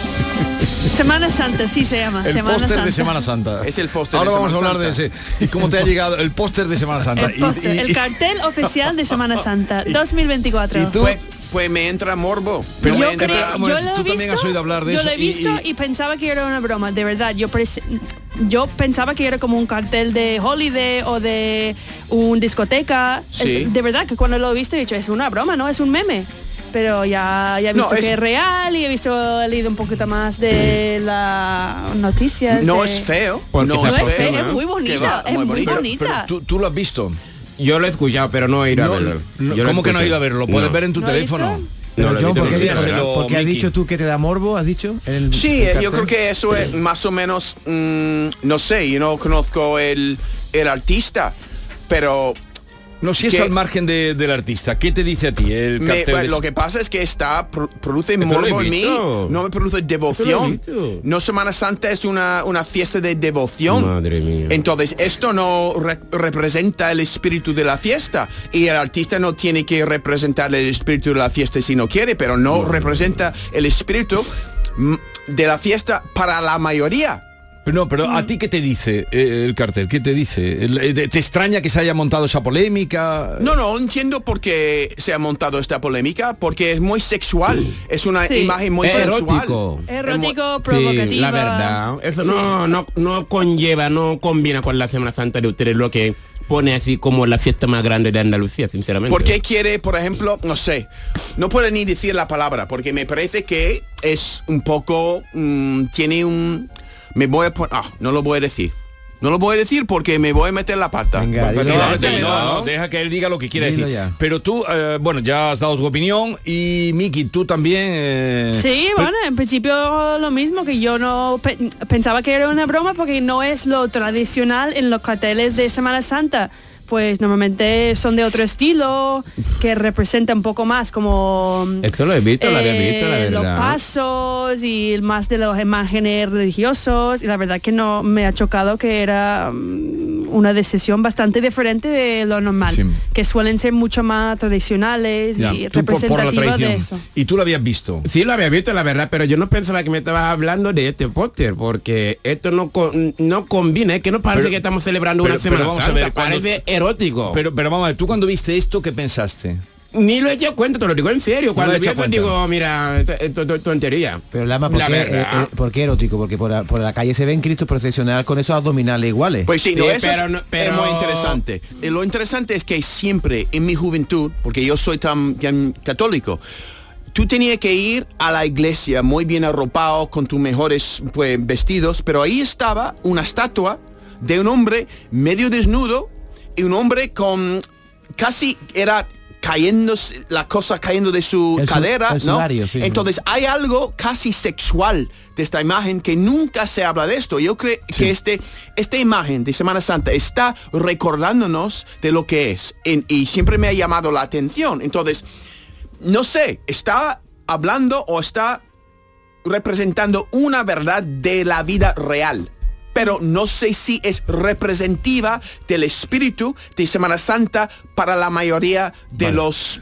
Semana Santa, sí se llama.
El
Semana
póster
Santa.
de Semana Santa.
Es el póster
Ahora
de
vamos
Semana
a hablar
Santa.
de ese. ¿Y cómo te ha llegado el póster de Semana Santa?
El
Ah, Y-
póster,
y-
el
y-
cartel oficial de Semana Santa 2024.
¿Y tú?
pues, pues me entra morbo.
Pero
me
yo,
bueno,
creo-
entra-
yo lo
tú
he
también
visto,
has oído hablar de
yo
eso
lo he
y-
visto
y-
y, pensaba que era una broma, de verdad. Yo pres- yo pensaba que era como un cartel de holiday o de un discoteca.
Sí.
Es- de verdad que cuando lo he visto he dicho, es una broma, ¿no? Es un meme. Pero ya, ya he
No,
visto
es-
que es real y he visto, he leído un poquito más de las noticias.
no
de-
es feo.
Porque
no
se
No es
feo,
feo, es
¿eh?
muy
Que
bonita,
va,
es
muy
muy
bonito.
bonita.
Pero-
Pero tú, tú lo has visto.
Yo lo he escuchado, pero no he ido
No,
a verlo.
no,
Yo lo
¿Cómo que no has
escuché.
ido a verlo? Puedes
No.
ver en tu
¿No lo he visto?
teléfono.
No,
Pero
lo he
John,
visto,
¿por qué,
sí,
dices-
pero-
por qué has
Mickey.
dicho tú que te da morbo? ¿Has dicho? El-
Sí,
el
eh, yo
cartel.
creo que eso es más o menos, mm, no sé, yo no conozco el, el artista, pero
No, si es
que-
al margen de- del artista, ¿qué te dice a ti el
Me-
cartel?
bueno,
de-
lo que pasa es que está pro- produce
Eso lo he
morbo en mí,
visto.
no me produce devoción.
Eso lo he visto.
No Semana Santa es una, una fiesta de devoción.
Madre mía.
Entonces, esto no re- representa el espíritu de la fiesta y el artista no tiene que representar el espíritu de la fiesta si no quiere, pero no representa el espíritu mm, de la fiesta para la mayoría.
No, pero a ti qué te dice eh, el cartel, qué te dice. El- eh, ¿Te te extraña que se haya montado esa polémica?
No, no, entiendo por qué se ha montado esta polémica, porque es muy sexual, es una
Sí.
imagen muy
Es
sexual.
erótico.
Erótico, provocativa.
Sí, la verdad. Eso no, no, no conlleva, no combina con la Semana Santa de ustedes, lo que pone así como la fiesta más grande de Andalucía, sinceramente.
¿Por qué quiere, por ejemplo, no sé, no puedo ni decir la palabra, porque me parece que es un poco, mm, tiene un, me voy a poner, ah, no lo voy a decir. No lo voy a decir porque me voy a meter la pata.
Venga,
Pero
dilo.
no,
ya,
no,
ya,
no,
ya.
deja que él diga lo que quiera
Dilo
decir.
ya.
Pero tú, eh, bueno, ya has dado tu opinión y Miki, tú también. eh,
Sí,
pero-
bueno, en principio lo mismo, que yo no pe- pensaba que era una broma porque no es lo tradicional en los carteles de Semana Santa. Pues normalmente son de otro estilo, que representa un poco más como... mm,
Esto lo he visto, lo había visto, la
eh, Los
verdad.
pasos y más de los imágenes religiosos. Y la verdad que no me ha chocado que era mm, una decisión bastante diferente de lo normal,
Sí.
que suelen ser mucho más tradicionales
ya,
y
tú por- por la
representativas de
traición.
eso.
Y tú lo habías visto.
Sí, lo había visto, la verdad, pero yo no pensaba que me estabas hablando de este póster, porque esto no, con- no combina, es que no parece
Pero-
que estamos celebrando
pero-
una Semana
pero vamos a
Santa,
ver, cuando-
parece erótico.
Pero, pero vamos a ver, tú cuando viste esto, ¿qué pensaste?
Ni lo he hecho cuenta, te lo digo en serio. Cuando
lo he
vi
hecho
eso
cuenta.
digo, mira, esto- esto esto es tontería.
Pero Lama, ¿por,
La
qué,
verdad.
eh, eh, por qué erótico? Porque por la, por la calle se ven Cristos procesional con esos abdominales iguales.
Pues sí, no,
Sí,
eso es-
pero no- pero-
es muy interesante. Y lo interesante es que siempre en mi juventud, porque yo soy tan, tan católico, tú tenías que ir a la iglesia muy bien arropado, con tus mejores pues, vestidos, pero ahí estaba una estatua de un hombre medio desnudo y un hombre con casi era cayéndose, la cosa cayendo de su
El su-
cadera,
el
¿no?
sudario, sí.
Entonces, entonces, hay algo casi sexual de esta imagen que nunca se habla de esto. Yo creo que este, esta imagen de Semana Santa está recordándonos de lo que es. En- y siempre me ha llamado la atención. Entonces, no sé, está hablando o está representando una verdad de la vida real. Pero no sé si es representativa del espíritu de Semana Santa para la mayoría de los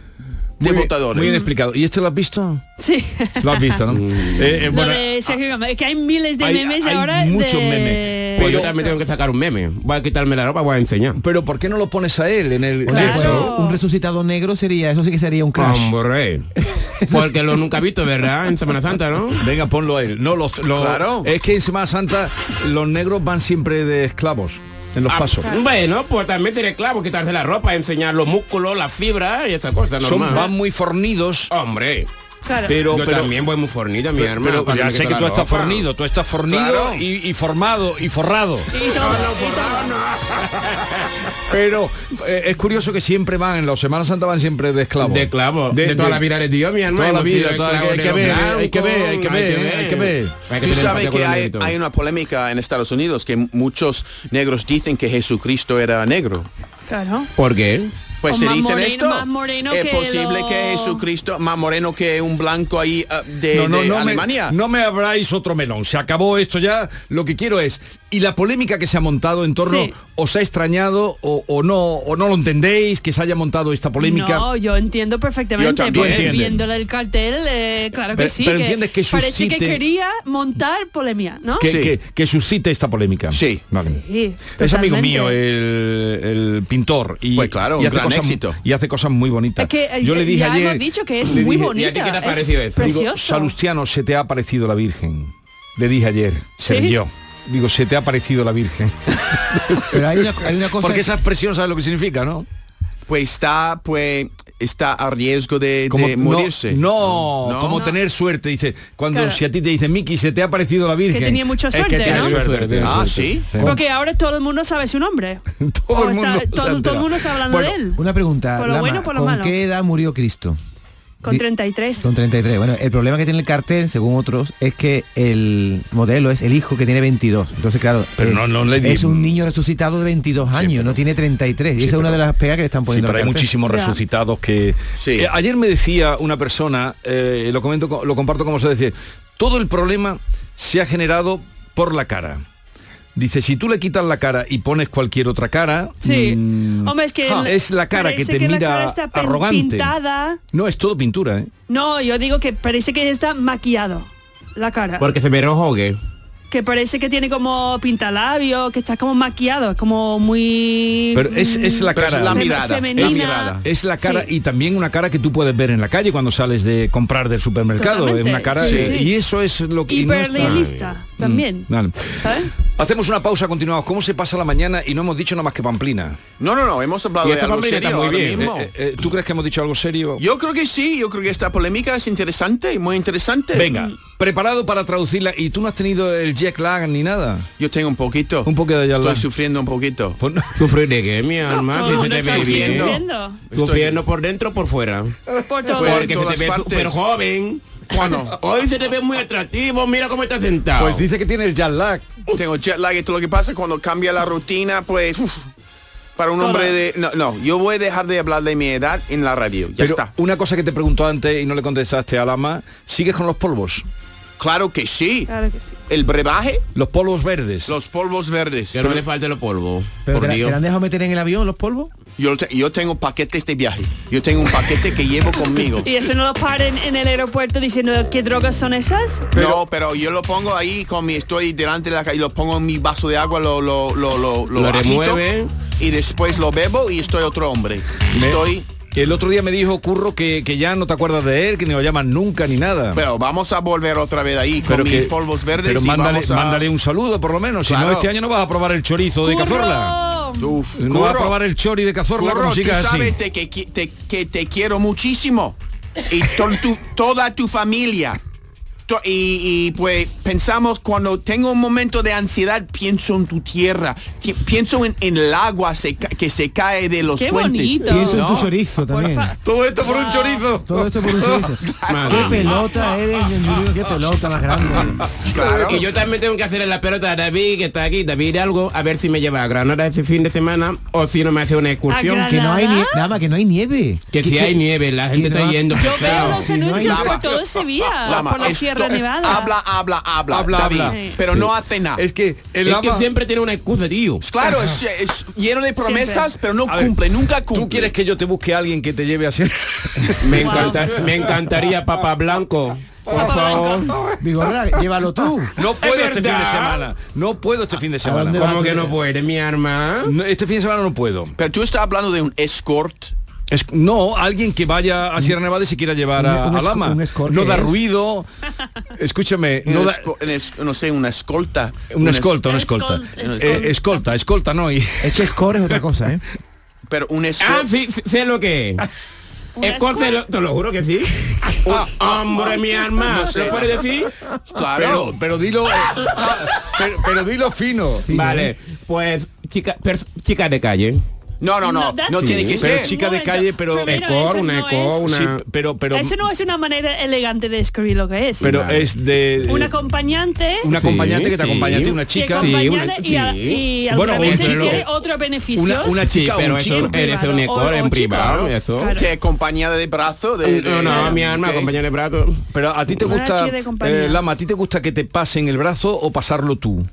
Muy bien-
devotadores.
Muy bien explicado. ¿Y esto lo has visto?
Sí.
Lo has visto, ¿no? Eh, eh,
Lo
bueno,
de Sergio Gama, es que hay miles de
hay-
memes
hay
ahora.
muchos
de-
memes.
Pues yo
de
también
eso.
tengo que sacar un meme. Voy a quitarme la ropa, voy a enseñar.
pero ¿por qué no lo pones a él en el...
Oye,
Claro.
pues, un resucitado negro sería, eso sí que sería un crash.
Hombre. Porque lo nunca he visto, ¿verdad? En Semana Santa, ¿no?
Venga, ponlo a él. No, los, los-
Claro.
Es que en Semana Santa los negros van siempre de esclavos en los
Ah,
pasos.
Bueno, pues también sería clavo quitarse la ropa, enseñar los músculos, la fibra y esa cosa,
Son,
normal.
van muy fornidos.
Hombre.
Claro.
Pero,
yo
pero,
también voy muy fornido, mi
pero-
hermano.
pero
cuando me
ya sé
quito
que
la
tú estás
ropa.
fornido, tú estás fornido
Claro.
y, y formado y forrado.
Y todo, y todo.
Pero eh, es curioso que siempre van, en la Semana Santa van siempre de esclavos.
De clavo. De, toda la vida eres Dios, mi hermano.
toda la
Hemos
vida,
sido
toda- hay
esclavos
que
de los
ver, hay que ver,
blancos,
hay que ver, hay que ver.
Hay que
Tú
tener
sabes
empatía con
que
los
hay,
negritos.
hay una polémica en Estados Unidos que muchos negros dicen que Jesucristo era negro.
Claro.
¿Por qué?
Pues
O
se
más
dicen
moreno-
esto.
más moreno
es
que
posible
lo-
que Jesucristo más moreno que un blanco ahí ah, de,
no, no,
de
no
Alemania.
Me, no me abráis otro melón. Se acabó esto ya. Lo que quiero es. Y la polémica que se ha montado en torno,
Sí.
¿os ha extrañado o, o no? ¿O no lo entendéis que se haya montado esta polémica?
No, yo entiendo perfectamente.
Yo también.
porque
Tú entiendes.
Viéndole el cartel, eh, claro que
Pero-
sí.
pero entiendes que
Parece
suscite-
que quería montar polemia, ¿no?
Que,
Sí.
que- que suscite esta polémica.
Sí.
Vale.
Sí,
Es amigo
totalmente.
mío, eh, el, el pintor. Y,
Pues claro,
y
un gran
cosas,
éxito.
Y hace cosas muy bonitas.
Es que, eh,
Yo le dije
ya
ayer.
hemos dicho que es
le
muy
dije-
¿y
bonita.
a ti qué te ha
es
parecido eso?
Digo,
Precioso.
Salustiano, se te ha aparecido la Virgen. Le dije ayer, se
¿Sí?
rió. Digo, se te ha aparecido la Virgen.
Pero hay una, hay una cosa...
Porque esa expresión sabes lo que significa, ¿no?
Pues está, pues está a riesgo de, de
no,
morirse.
No,
No.
como
No.
tener suerte, dice. Cuando
Claro.
si a ti te dicen, Miki, se te ha parecido la Virgen.
tenía mucha
es
suerte,
que tiene
¿no?
suerte. tiene
Ah,
suerte.
sí.
Porque ahora todo el mundo sabe su nombre.
Todo el
O Oh, está-
mundo se
todo- todo el
entera.
mundo está hablando
Bueno,
de él.
Una pregunta,
Por lo
Lama,
bueno, por lo
¿con
malo.
qué edad murió Cristo?
Con 33.
Son 33. Bueno, el problema que tiene el cartel, según otros, es que el modelo es el hijo que tiene 22. Entonces, claro,
Pero
es,
no- no le di-
es un niño resucitado de 22 años, no tiene 33. Y esa es una de las pegas que le están
Sí,
poniendo.
pero
al
hay
cartel.
muchísimos
Ya.
resucitados que...
Sí.
Eh, ayer me decía una persona, eh, lo, comento, co- lo comparto como se decir, todo el problema se ha generado por la cara. Dice, si tú le quitas la cara y pones cualquier otra cara...
Sí.
mm,
Hombre, es que
ja,
el-
es la cara que
parece
te
la
mira
cara está pen-
arrogante.
pintada.
No, es todo pintura, ¿eh?
No, yo digo que parece que está maquillado la cara.
Porque se ve rojo, ¿qué?
Que parece que tiene como pintalabio, que está como maquillado, es como muy...
Pero es- es la
Pero es
cara.
la
fem-
mirada,
femenina.
la mirada.
Es la cara
Sí.
y también una cara que tú puedes ver en la calle cuando sales de comprar del supermercado. Es
Totalmente,
una cara
sí,
eh,
sí.
y eso es lo que y no está-
Hiperrealista también.
Mm, vale.
¿sabes?
Hacemos una pausa, continuamos. ¿Cómo se pasa la mañana? Y no hemos dicho nada más que pamplina.
No, no, no, hemos hablado
Y
de
esa
algo
pamplina está
serio
muy
ahora
bien,
mismo.
Eh, eh, ¿Tú crees que hemos dicho algo serio?
Yo creo que sí, yo creo que esta polémica es interesante, muy interesante.
Venga, preparado para traducirla y tú no has tenido el jet lag ni nada.
Yo tengo un poquito.
Un poco de jet
Estoy
lag.
sufriendo un poquito.
Pues no.
Sufrir de qué, mi alma,
no,
si
no
se te
está
ve bien.
sufriendo.
Sufriendo por dentro o por fuera.
Por todo.
Pues-
Porque se
todas
te ve
partes.
súper joven.
Bueno,
Hoy se te ve muy atractivo, mira cómo estás sentado.
Pues dice que tiene el jet lag.
tengo jet lag y todo lo que pasa cuando cambia la rutina, pues... uf, para un hombre de... No, no, yo voy a dejar de hablar de mi edad en la radio. Ya
Pero
está.
una cosa que te preguntó antes y no le contestaste a Lama, ¿sigues con los polvos?
Claro que sí.
Claro que sí.
El brebaje,
Los polvos verdes.
los polvos verdes.
que no le falte los polvos.
Pero te,
Por
la-
Dios.
te la han dejado meter en el avión los polvos?
Yo, te- yo tengo paquetes de viaje. Yo tengo un paquete que llevo conmigo.
Y eso no lo paren en el aeropuerto diciendo qué drogas son esas.
no, pero yo lo pongo ahí con mi estoy delante de la calle, lo pongo en mi vaso de agua, lo lo lo lo,
Lo
agito,
remueve.
y después lo bebo y estoy otro hombre. Estoy
El otro día me dijo Curro que, que ya no te acuerdas de él, que ni lo llaman nunca ni nada.
pero vamos a volver otra vez ahí con mis
que-
polvos verdes
pero
y
mándale,
vamos a
mándale un saludo por lo menos, si no
Claro.
este año no vas a probar el chorizo de Cazorla.
¡Curro!
Uf,
No vas a probar el chori de Cazorla
Curro,
como
tú
sigas así.
sabes te- que, qui- te, que te quiero muchísimo y to- tu- toda tu familia. To- y, y, pues pensamos cuando tengo un momento de ansiedad pienso en tu tierra, Ti- pienso en, en el agua se ca- que se cae de los
Qué
puentes.
bonito.
Pienso en
No,
tu chorizo también.
Porfa.
Todo esto por un chorizo.
Todo esto por un chorizo.
Madre
qué
mía.
pelota eres, Dios mío, qué pelota más grande.
Claro.
Y yo también tengo que hacerle la pelota a David, que está aquí, David algo, a ver si me lleva a Granada ese fin de semana o si no me hace una
A
excursión.
Gran-
Que no hay nie-
¿Nada?
nada más que no hay nieve.
Que si hay nieve, la gente
que
está
no-
yendo
Yo veo
pesado.
los
Sí, no hay
anuncios
nada.
por todo Sevilla,
Lama,
por la
esto-
Sierra Nevada.
Habla, habla, habla,
Habla,
David,
habla.
pero no hace nada.
Es que el
Es que
ama-
siempre tiene una excusa, tío.
Pues claro, es, es lleno de promesas, pero no
Eh, A ver,
cumple, nunca cumple.
Tú quieres que yo te busque a alguien que te lleve así.
Me,
Wow.
encanta, me encantaría Papa Blanco. Por
Papa
favor.
Vigorra, llévalo tú.
No puedo este fin de
verdad.
semana. No puedo este fin de semana.
dónde
¿Cómo
vas
que
tú?
no puede, mi arma?
No, este fin de semana no puedo.
Pero tú estás hablando de un escort.
Es- no, alguien que vaya a Sierra Nevada y se quiera llevar a,
Un- un
a
esco-
Lama.
un escort
no
que
da
es.
ruido. Escúchame, no
un
da,
esco- un es- no sé, una escolta.
una
es-
escolta, una escolta.
Escol-
Eh, escolta, escolta, no. Y,
Es que score es otra cosa, ¿eh?
Pero un
Ah,
escolta.
sí, sí, sé lo que es.
¿Una
Escorce,
escuela?
lo- te lo juro que sí. Ah, hombre, mi arma.
Oh, No sé.
¿Se puede decir?
claro.
pero, pero dilo. eh, ah, pero, pero dilo fino.
Vale, pues chica, pers- chica de calle.
no, no, no. No,
that's-
tiene que
pero
ser.
chica de calle, pero-
Primero,
Escort,
eso
una
no
escort,
es-
una-
Sí, pero, pero,
Eso no es una manera elegante de describir lo que es.
pero
Vale.
es de.
un acompañante
un acompañante
Sí,
que te
sí.
acompaña a ti, una
que
chica.
Sí,
acompaña
una-
y, a-
sí.
y
Bueno,
alguna vez
entre
si
lo-
tiene otros beneficios.
Una- una
Sí,
chica,
pero
un
eso
chico.
eres
privado,
un
o-
escor
o
en
chica,
privado,
¿no?
eso.
Claro.
Que acompañada de brazo. De,
No, no,
de-
mi arma,
ok.
compañero de brazo.
Pero a ti te
Una
gusta,
chica de compañía.
eh, Lama, ¿a ti te gusta que te pasen el brazo o pasarlo tú?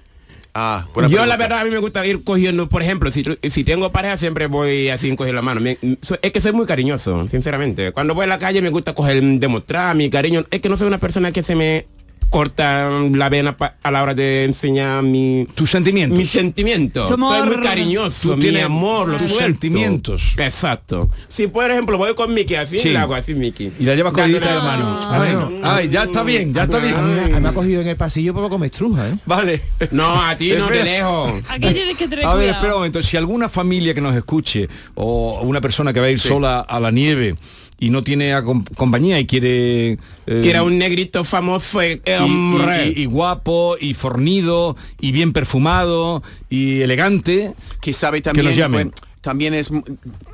Ah,
Yo
buena
la
pregunta.
verdad a mí me gusta ir cogiendo, por ejemplo, si, si tengo pareja siempre voy así coger la mano. Me- so- es que soy muy cariñoso, sinceramente. Cuando voy a la calle me gusta coger, demostrar mi cariño. Es que no soy una persona que se me corta la vena pa- a la hora de enseñar mi
Tus sentimientos.
mis sentimientos.
Tu amor.
Soy muy cariñoso,
Tú
mi
tienes
amor, los
tus sentimientos.
Exacto. Si por ejemplo voy con Mickey así,
Sí.
le hago así Mickey.
Y la llevas
Dándole
cogidita de la mano.
mano.
Ay, ay, ya está ah, bien, ya está
A mí,
bien.
me- me ha cogido en el pasillo por poco me estruja, ¿eh?
Vale.
No, a ti no te dejo.
Aquí tienes que tener
A ver,
cuidado.
espera un momento. Si alguna familia que nos escuche o una persona que va a ir sola a la nieve y no tiene acom- compañía y quiere... eh,
Que era un negrito famoso, eh,
y-
hombre.
y- y- y guapo, y fornido, y bien perfumado, y elegante,
Que sabe
nos
también
llamen.
pues, también es mm,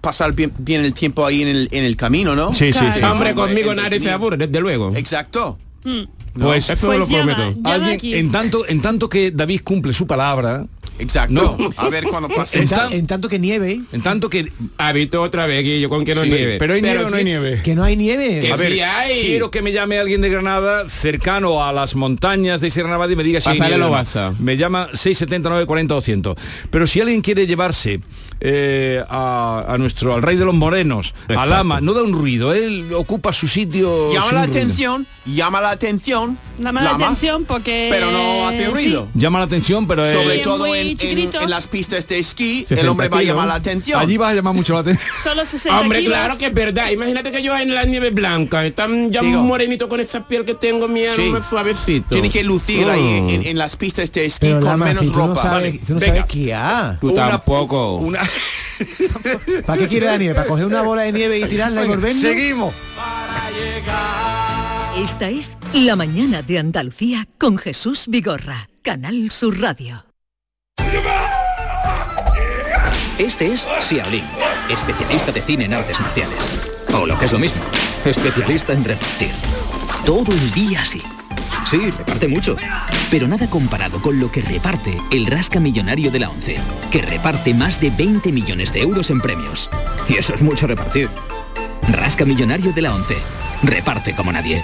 pasar bien, bien el tiempo ahí en el, en el camino, ¿no?
Sí, sí, sí.
De
Hombre,
forma
conmigo nadie se
entretenida.
aburre, desde luego.
Exacto.
Mm.
Pues
Eso
Pues
lo
llama,
prometo.
llama aquí.
alguien, en tanto, en tanto que David cumple su palabra,
Exacto. A ver cuando pase.
En, ta-
Están-
en tanto que nieve,
en tanto que
Ha visto otra vez, Guillo, con que no
Sí,
nieve.
Pero hay nieve o no hay
sí-
nieve.
que no hay nieve.
Que
A ver,
sí hay.
quiero que me llame alguien de Granada cercano a las montañas de Sierra Nevada y me diga si hay
Pásale
nieve o
lo
no.
WhatsApp.
Me llama 679 40 200. Pero si alguien quiere llevarse eh, a, a nuestro al rey de los morenos,
Exacto.
al ama, no da un ruido, él ocupa su sitio.
Llama
sin
la
ruido.
atención, llama la atención.
Llama la atención porque...
Pero no hace
sí.
ruido.
Llama la atención, pero eh,
Sobre
es
todo
muy
en, en-
chiquitito.
en las pistas de esquí, el hombre va a llamar la atención.
allí va a llamar mucho la atención.
Solo 60
Hombre,
kilos.
claro que es verdad. Imagínate que yo en la nieve blanca, están ya
Digo.
morenito con esa piel que tengo, mi alma
Sí.
suavecito.
Tiene que lucir ahí
Mm.
en, en las pistas de esquí
Pero
con
Lama,
menos
si tú
ropa.
no sabes,
Vale.
tú no
Venga.
sabes esquiar,
Tú
una-
tampoco.
Una-
¿para qué quiere la nieve? ¿Para coger una bola de nieve y tirarla y volvernos?
Seguimos.
Esta es La mañana de Andalucía con Jesús Vigorra, Canal Sur Radio.
Este es Xiaolin, especialista de cine en artes marciales. O lo que es lo mismo, especialista en repartir. Todo el día así. Sí, reparte mucho. Pero nada comparado con lo que reparte el rasca millonario de la ONCE, que reparte más de 20 millones de euros en premios. Y eso es mucho repartir. Rasca millonario de la ONCE. Reparte como nadie.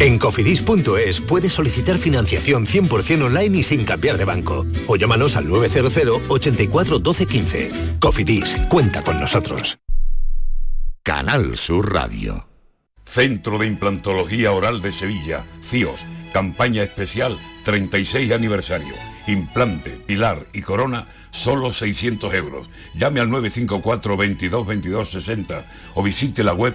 En cofidis.es puedes solicitar financiación 100% online y sin cambiar de banco. O llámanos al 900 84 12 15. Cofidis, cuenta con nosotros.
Canal Sur Radio. Centro de Implantología Oral de Sevilla, CIOS, campaña especial 36 aniversario. Implante, pilar y corona, solo 600 euros. Llame al 954 22 22 60 o visite la web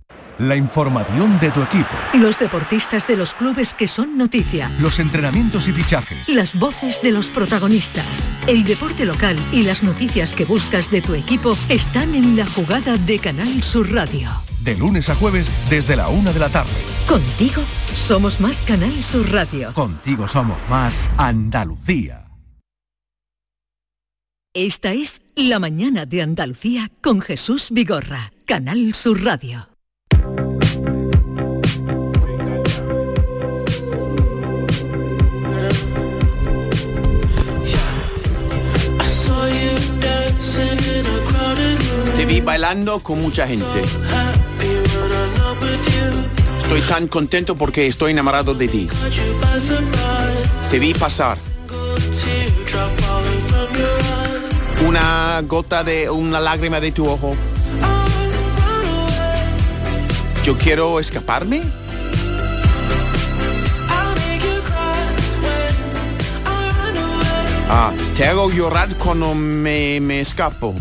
La información de tu equipo,
Los deportistas de los clubes que son noticia.
los entrenamientos y fichajes.
Las voces de los protagonistas. El deporte local y las noticias que buscas de tu equipo están en la jugada de Canal Sur Radio.
De lunes a jueves desde la una de la tarde.
Contigo somos más Canal Sur Radio.
Contigo somos más Andalucía.
Esta es La mañana de Andalucía con Jesús Vigorra, Canal Sur Radio.
Te vi bailando con mucha gente. Estoy tan contento porque estoy enamorado de ti. Te vi pasar. Una gota de una lágrima de tu ojo. Yo quiero escaparme. Ah, te hago llorar cuando me, me escapo.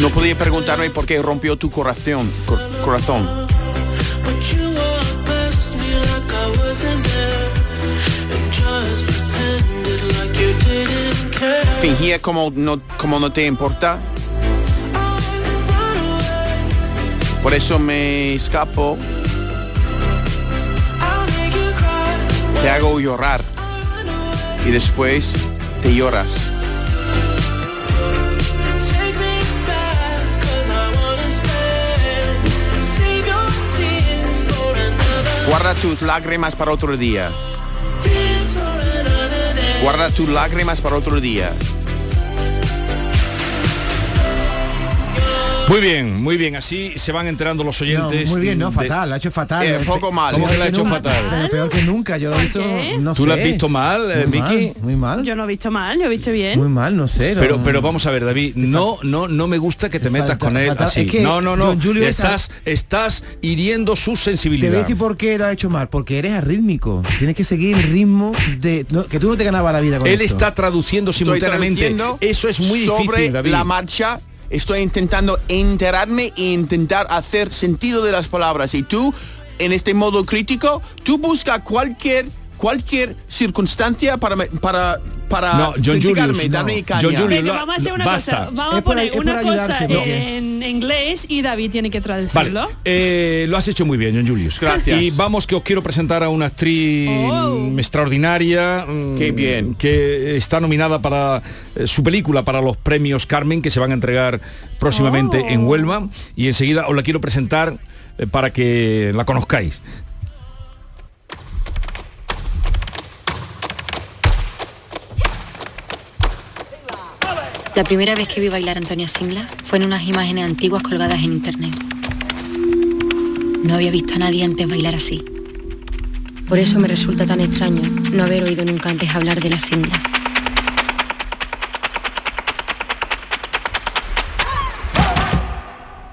No podía preguntarme por qué rompió tu corazón. cor- corazón. Fingía como no, como no te importa. Por eso me escapo. Te hago llorar. Y después te lloras. Guarda tus lágrimas para otro día. Guarda tus lágrimas para otro día.
Muy bien, muy bien. Así se van enterando los oyentes.
muy bien, no,
de-
fatal, la ha hecho fatal.
Eh, poco mal. ¿Cómo que la ha hecho
Nunca,
fatal?
Pero peor que nunca, yo lo he visto, no
¿Tú la has
sé.
visto mal, eh,
Muy mal,
Vicky?
Muy mal.
Yo no he visto mal, yo he visto bien.
Muy mal, no sé. no-
Pero, pero vamos a ver, David, no, no, no me gusta que te metas con él
falta-
así.
es que
no, no, no.
John Julio es a-
estás, estás hiriendo su
Te voy a
sensibilidad.
decir por qué lo ha hecho mal, porque eres arrítmico. Tienes que seguir el ritmo de. no, que tú no te ganabas la vida con
Él
esto.
está traduciendo
Estoy
simultáneamente.
traduciendo
Eso es muy
sobre
difícil, David.
la marcha. Estoy intentando enterarme e intentar hacer sentido de las palabras. Y tú, en este modo crítico, tú busca cualquier cualquier circunstancia para me- para para
No, John
criticarme,
Julius, no.
darme caña.
John Julius,
Venga, vamos a hacer una cosa. Vamos a poner una cosa en inglés y David tiene que
Vale,
traducirlo.
eh, lo has hecho muy bien, John Julius.
Gracias.
Y vamos que os quiero presentar a una actriz
Oh.
mm, extraordinaria. Qué bien. Que está nominada para eh, su película para los premios Carmen que se van a entregar próximamente
Oh.
en Huelva. Y enseguida os la quiero presentar eh, para que la conozcáis.
La primera vez que vi bailar a Antonia Singla fue en unas imágenes antiguas colgadas en internet. No había visto a nadie antes bailar así. Por eso me resulta tan extraño no haber oído nunca antes hablar de la Singla.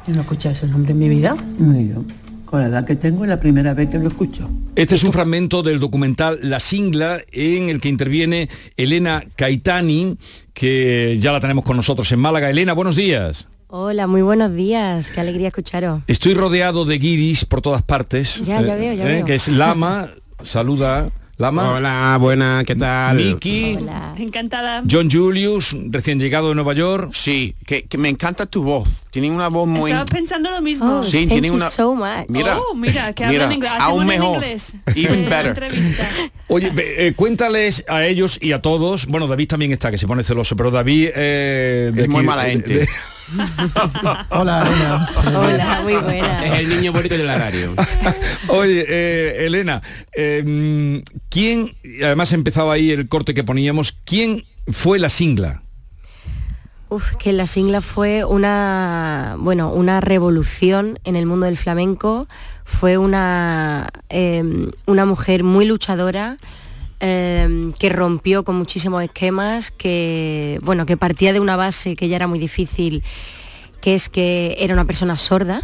Yo no he escuchado ese nombre en mi vida. No, yo. Con la edad que tengo es la primera vez que lo escucho.
Este es un fragmento del documental La Singla, en el que interviene Elena Caitani, que ya la tenemos con nosotros en Málaga. Elena, buenos días.
Hola, muy buenos días. Qué alegría escucharos.
Estoy rodeado de guiris por todas partes. eh,
Ya, ya veo, ya veo.
Que es Lama, saluda. Lama.
Hola, buena, ¿qué tal?
Miki,
Encantada.
John Julius, recién llegado de Nueva York.
Sí, que, que me encanta tu voz. Tiene una voz muy...
Estaba pensando lo mismo.
Oh, Sí, thank tiene you una- so
much.
Mira,
oh, mira, que
mira,
hablan inglés.
aún
Hacemos una en
mejor.
inglés.
Even
Eh,
better.
entrevista.
Oye, ve, eh, cuéntales a ellos y a todos. Bueno, David también está, que se pone celoso, pero David... eh, de
Es muy
aquí-
mala
de-
gente.
de-
Hola, Elena.
Hola, muy buena.
Es el niño bonito del horario.
Oye, eh, Elena, eh, ¿quién, además empezaba ahí el corte que poníamos, ¿quién fue la singla?
Uf, que la singla fue una, bueno, una revolución en el mundo del flamenco. Fue una, eh, una mujer muy luchadora eh, que rompió con muchísimos esquemas, que, bueno, que partía de una base que ya era muy difícil, que es que era una persona sorda.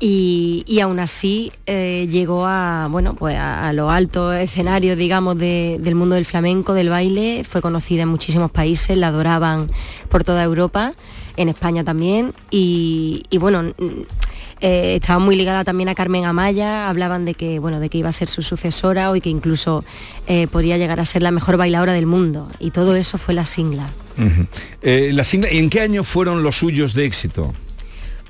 Y, y aún así eh, llegó a, bueno, pues a, a los altos escenarios, digamos, de- del mundo del flamenco, del baile. Fue conocida en muchísimos países, la adoraban por toda Europa, en España también. Y, y bueno, mm, eh, estaba muy ligada también a Carmen Amaya, hablaban de que, bueno, de que iba a ser su sucesora o y que incluso eh, podía llegar a ser la mejor bailadora del mundo. Y todo eso fue la singla.
Eh, la singla, ¿En qué año fueron los suyos de éxito?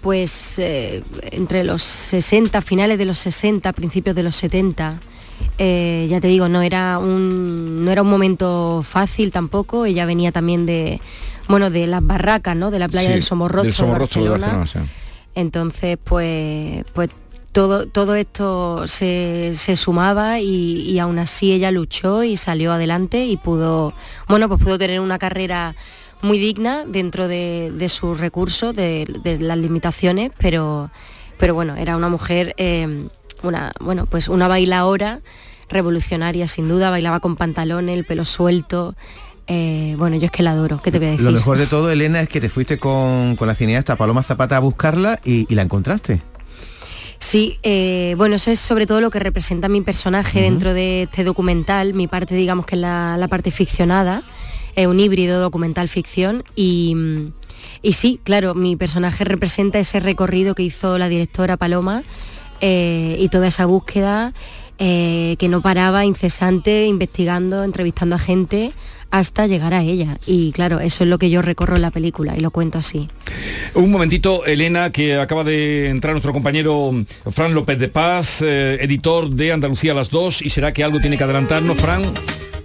Pues eh, entre los 60, finales de los 60, principios de los 70. Eh, ya te digo, no era, un, no era un momento fácil tampoco. Ella venía también de, bueno, de las barracas, ¿no? De la playa
Sí,
del Somorrostro,
del Somorrostro de Barcelona, sí.
entonces, pues, pues todo, todo esto se, se sumaba y, y aún así ella luchó y salió adelante y pudo, bueno, pues pudo tener una carrera muy digna dentro de, de sus recursos, de, de las limitaciones, pero, pero bueno, era una mujer, eh, una, bueno, pues una bailaora revolucionaria sin duda, bailaba con pantalones, el pelo suelto. eh, bueno, yo es que la adoro, ¿qué te voy a decir?
Lo mejor de todo, Elena, es que te fuiste con, con la cineasta Paloma Zapata a buscarla y, y la encontraste.
Sí, eh, bueno, eso es sobre todo lo que representa mi personaje dentro de este documental, mi parte, digamos que es la, la parte ficcionada, es un híbrido documental-ficción y, mm, y sí, claro, mi personaje representa ese recorrido que hizo la directora Paloma eh, y toda esa búsqueda eh, que no paraba, incesante, investigando, entrevistando a gente hasta llegar a ella. Y claro, eso es lo que yo recorro en la película y lo cuento así.
Un momentito, Elena, que acaba de entrar nuestro compañero Fran López de Paz, eh, editor de Andalucía a las 2, y será que algo tiene que adelantarnos, Fran.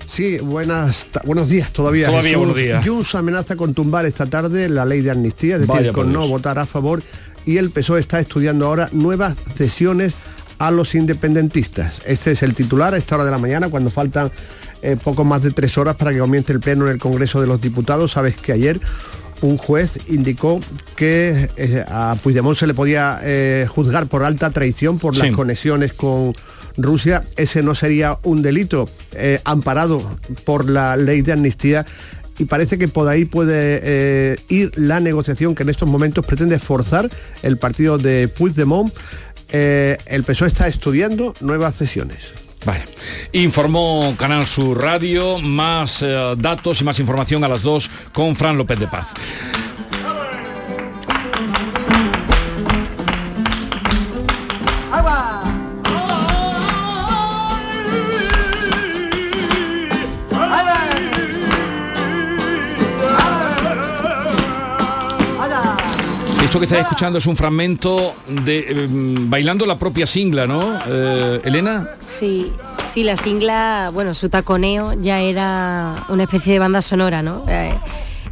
Sí, buenas, ta- buenos días todavía.
Todavía buenos días.
Junts amenaza con tumbar esta tarde la ley de amnistía, es decir,
Vaya por
con no
Dios.
votar a favor. Y el PSOE E está estudiando ahora nuevas cesiones a los independentistas. Este es el titular a esta hora de la mañana, cuando faltan eh, poco más de tres horas para que comience el pleno en el Congreso de los Diputados. Sabes que ayer un juez indicó que eh, a Puigdemont se le podía eh, juzgar por alta traición por las
Sí.
conexiones con Rusia. Ese no sería un delito eh, amparado por la ley de amnistía. Y parece que por ahí puede eh, ir la negociación que en estos momentos pretende forzar el partido de Puigdemont. Eh, el PSOE está estudiando nuevas cesiones.
Vaya. Informó Canal Sur Radio, más eh, datos y más información a las 2 con Fran López de Paz. Esto que estáis escuchando es un fragmento de eh, bailando la propia singla, ¿no? Eh, Elena.
Sí, sí, la singla, bueno, su taconeo ya era una especie de banda sonora, ¿no? Eh,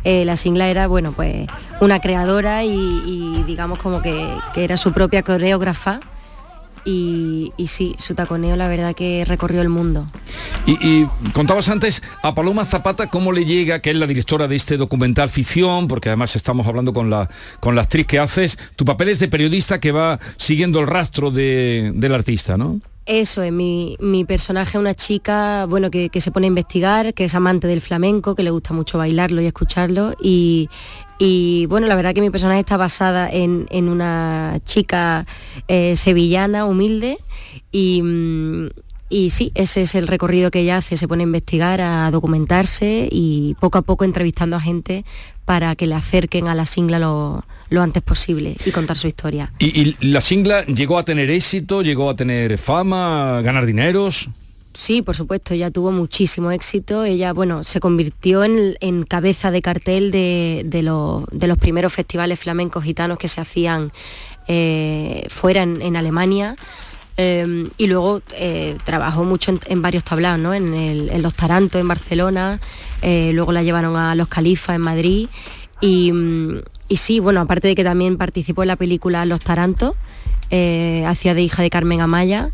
eh, la singla era, bueno, pues una creadora y, y digamos como que, que era su propia coreógrafa. Y, y sí, su taconeo la verdad que recorrió el mundo.
Y, y contabas antes a Paloma Zapata cómo le llega, que es la directora de este documental ficción, porque además estamos hablando con la, con la actriz que haces. Tu papel es de periodista que va siguiendo el rastro de- del artista, ¿no?
Eso es, mi, mi personaje es una chica, bueno, que, que se pone a investigar, que es amante del flamenco, que le gusta mucho bailarlo y escucharlo. Y, y, bueno, la verdad que mi personaje está basada en, en una chica eh, sevillana, humilde, y, mm, y sí, ese es el recorrido que ella hace, se pone a investigar, a documentarse y poco a poco entrevistando a gente para que le acerquen a la singla lo, lo antes posible y contar su historia.
Y, y la singla llegó a tener éxito, llegó a tener fama, a ganar dineros.
Sí, por supuesto, ella tuvo muchísimo éxito. Ella, bueno, se convirtió en, en cabeza de cartel de, de los- de los primeros festivales flamencos gitanos que se hacían eh, fuera en, en Alemania. Eh, y luego eh, trabajó mucho en, en varios tablaos, ¿no? En, el- en los Tarantos, en Barcelona, eh, luego la llevaron a los Califas en Madrid. Y, mm, y sí, bueno, aparte de que también participó en la película Los Tarantos, eh, hacía de hija de Carmen Amaya.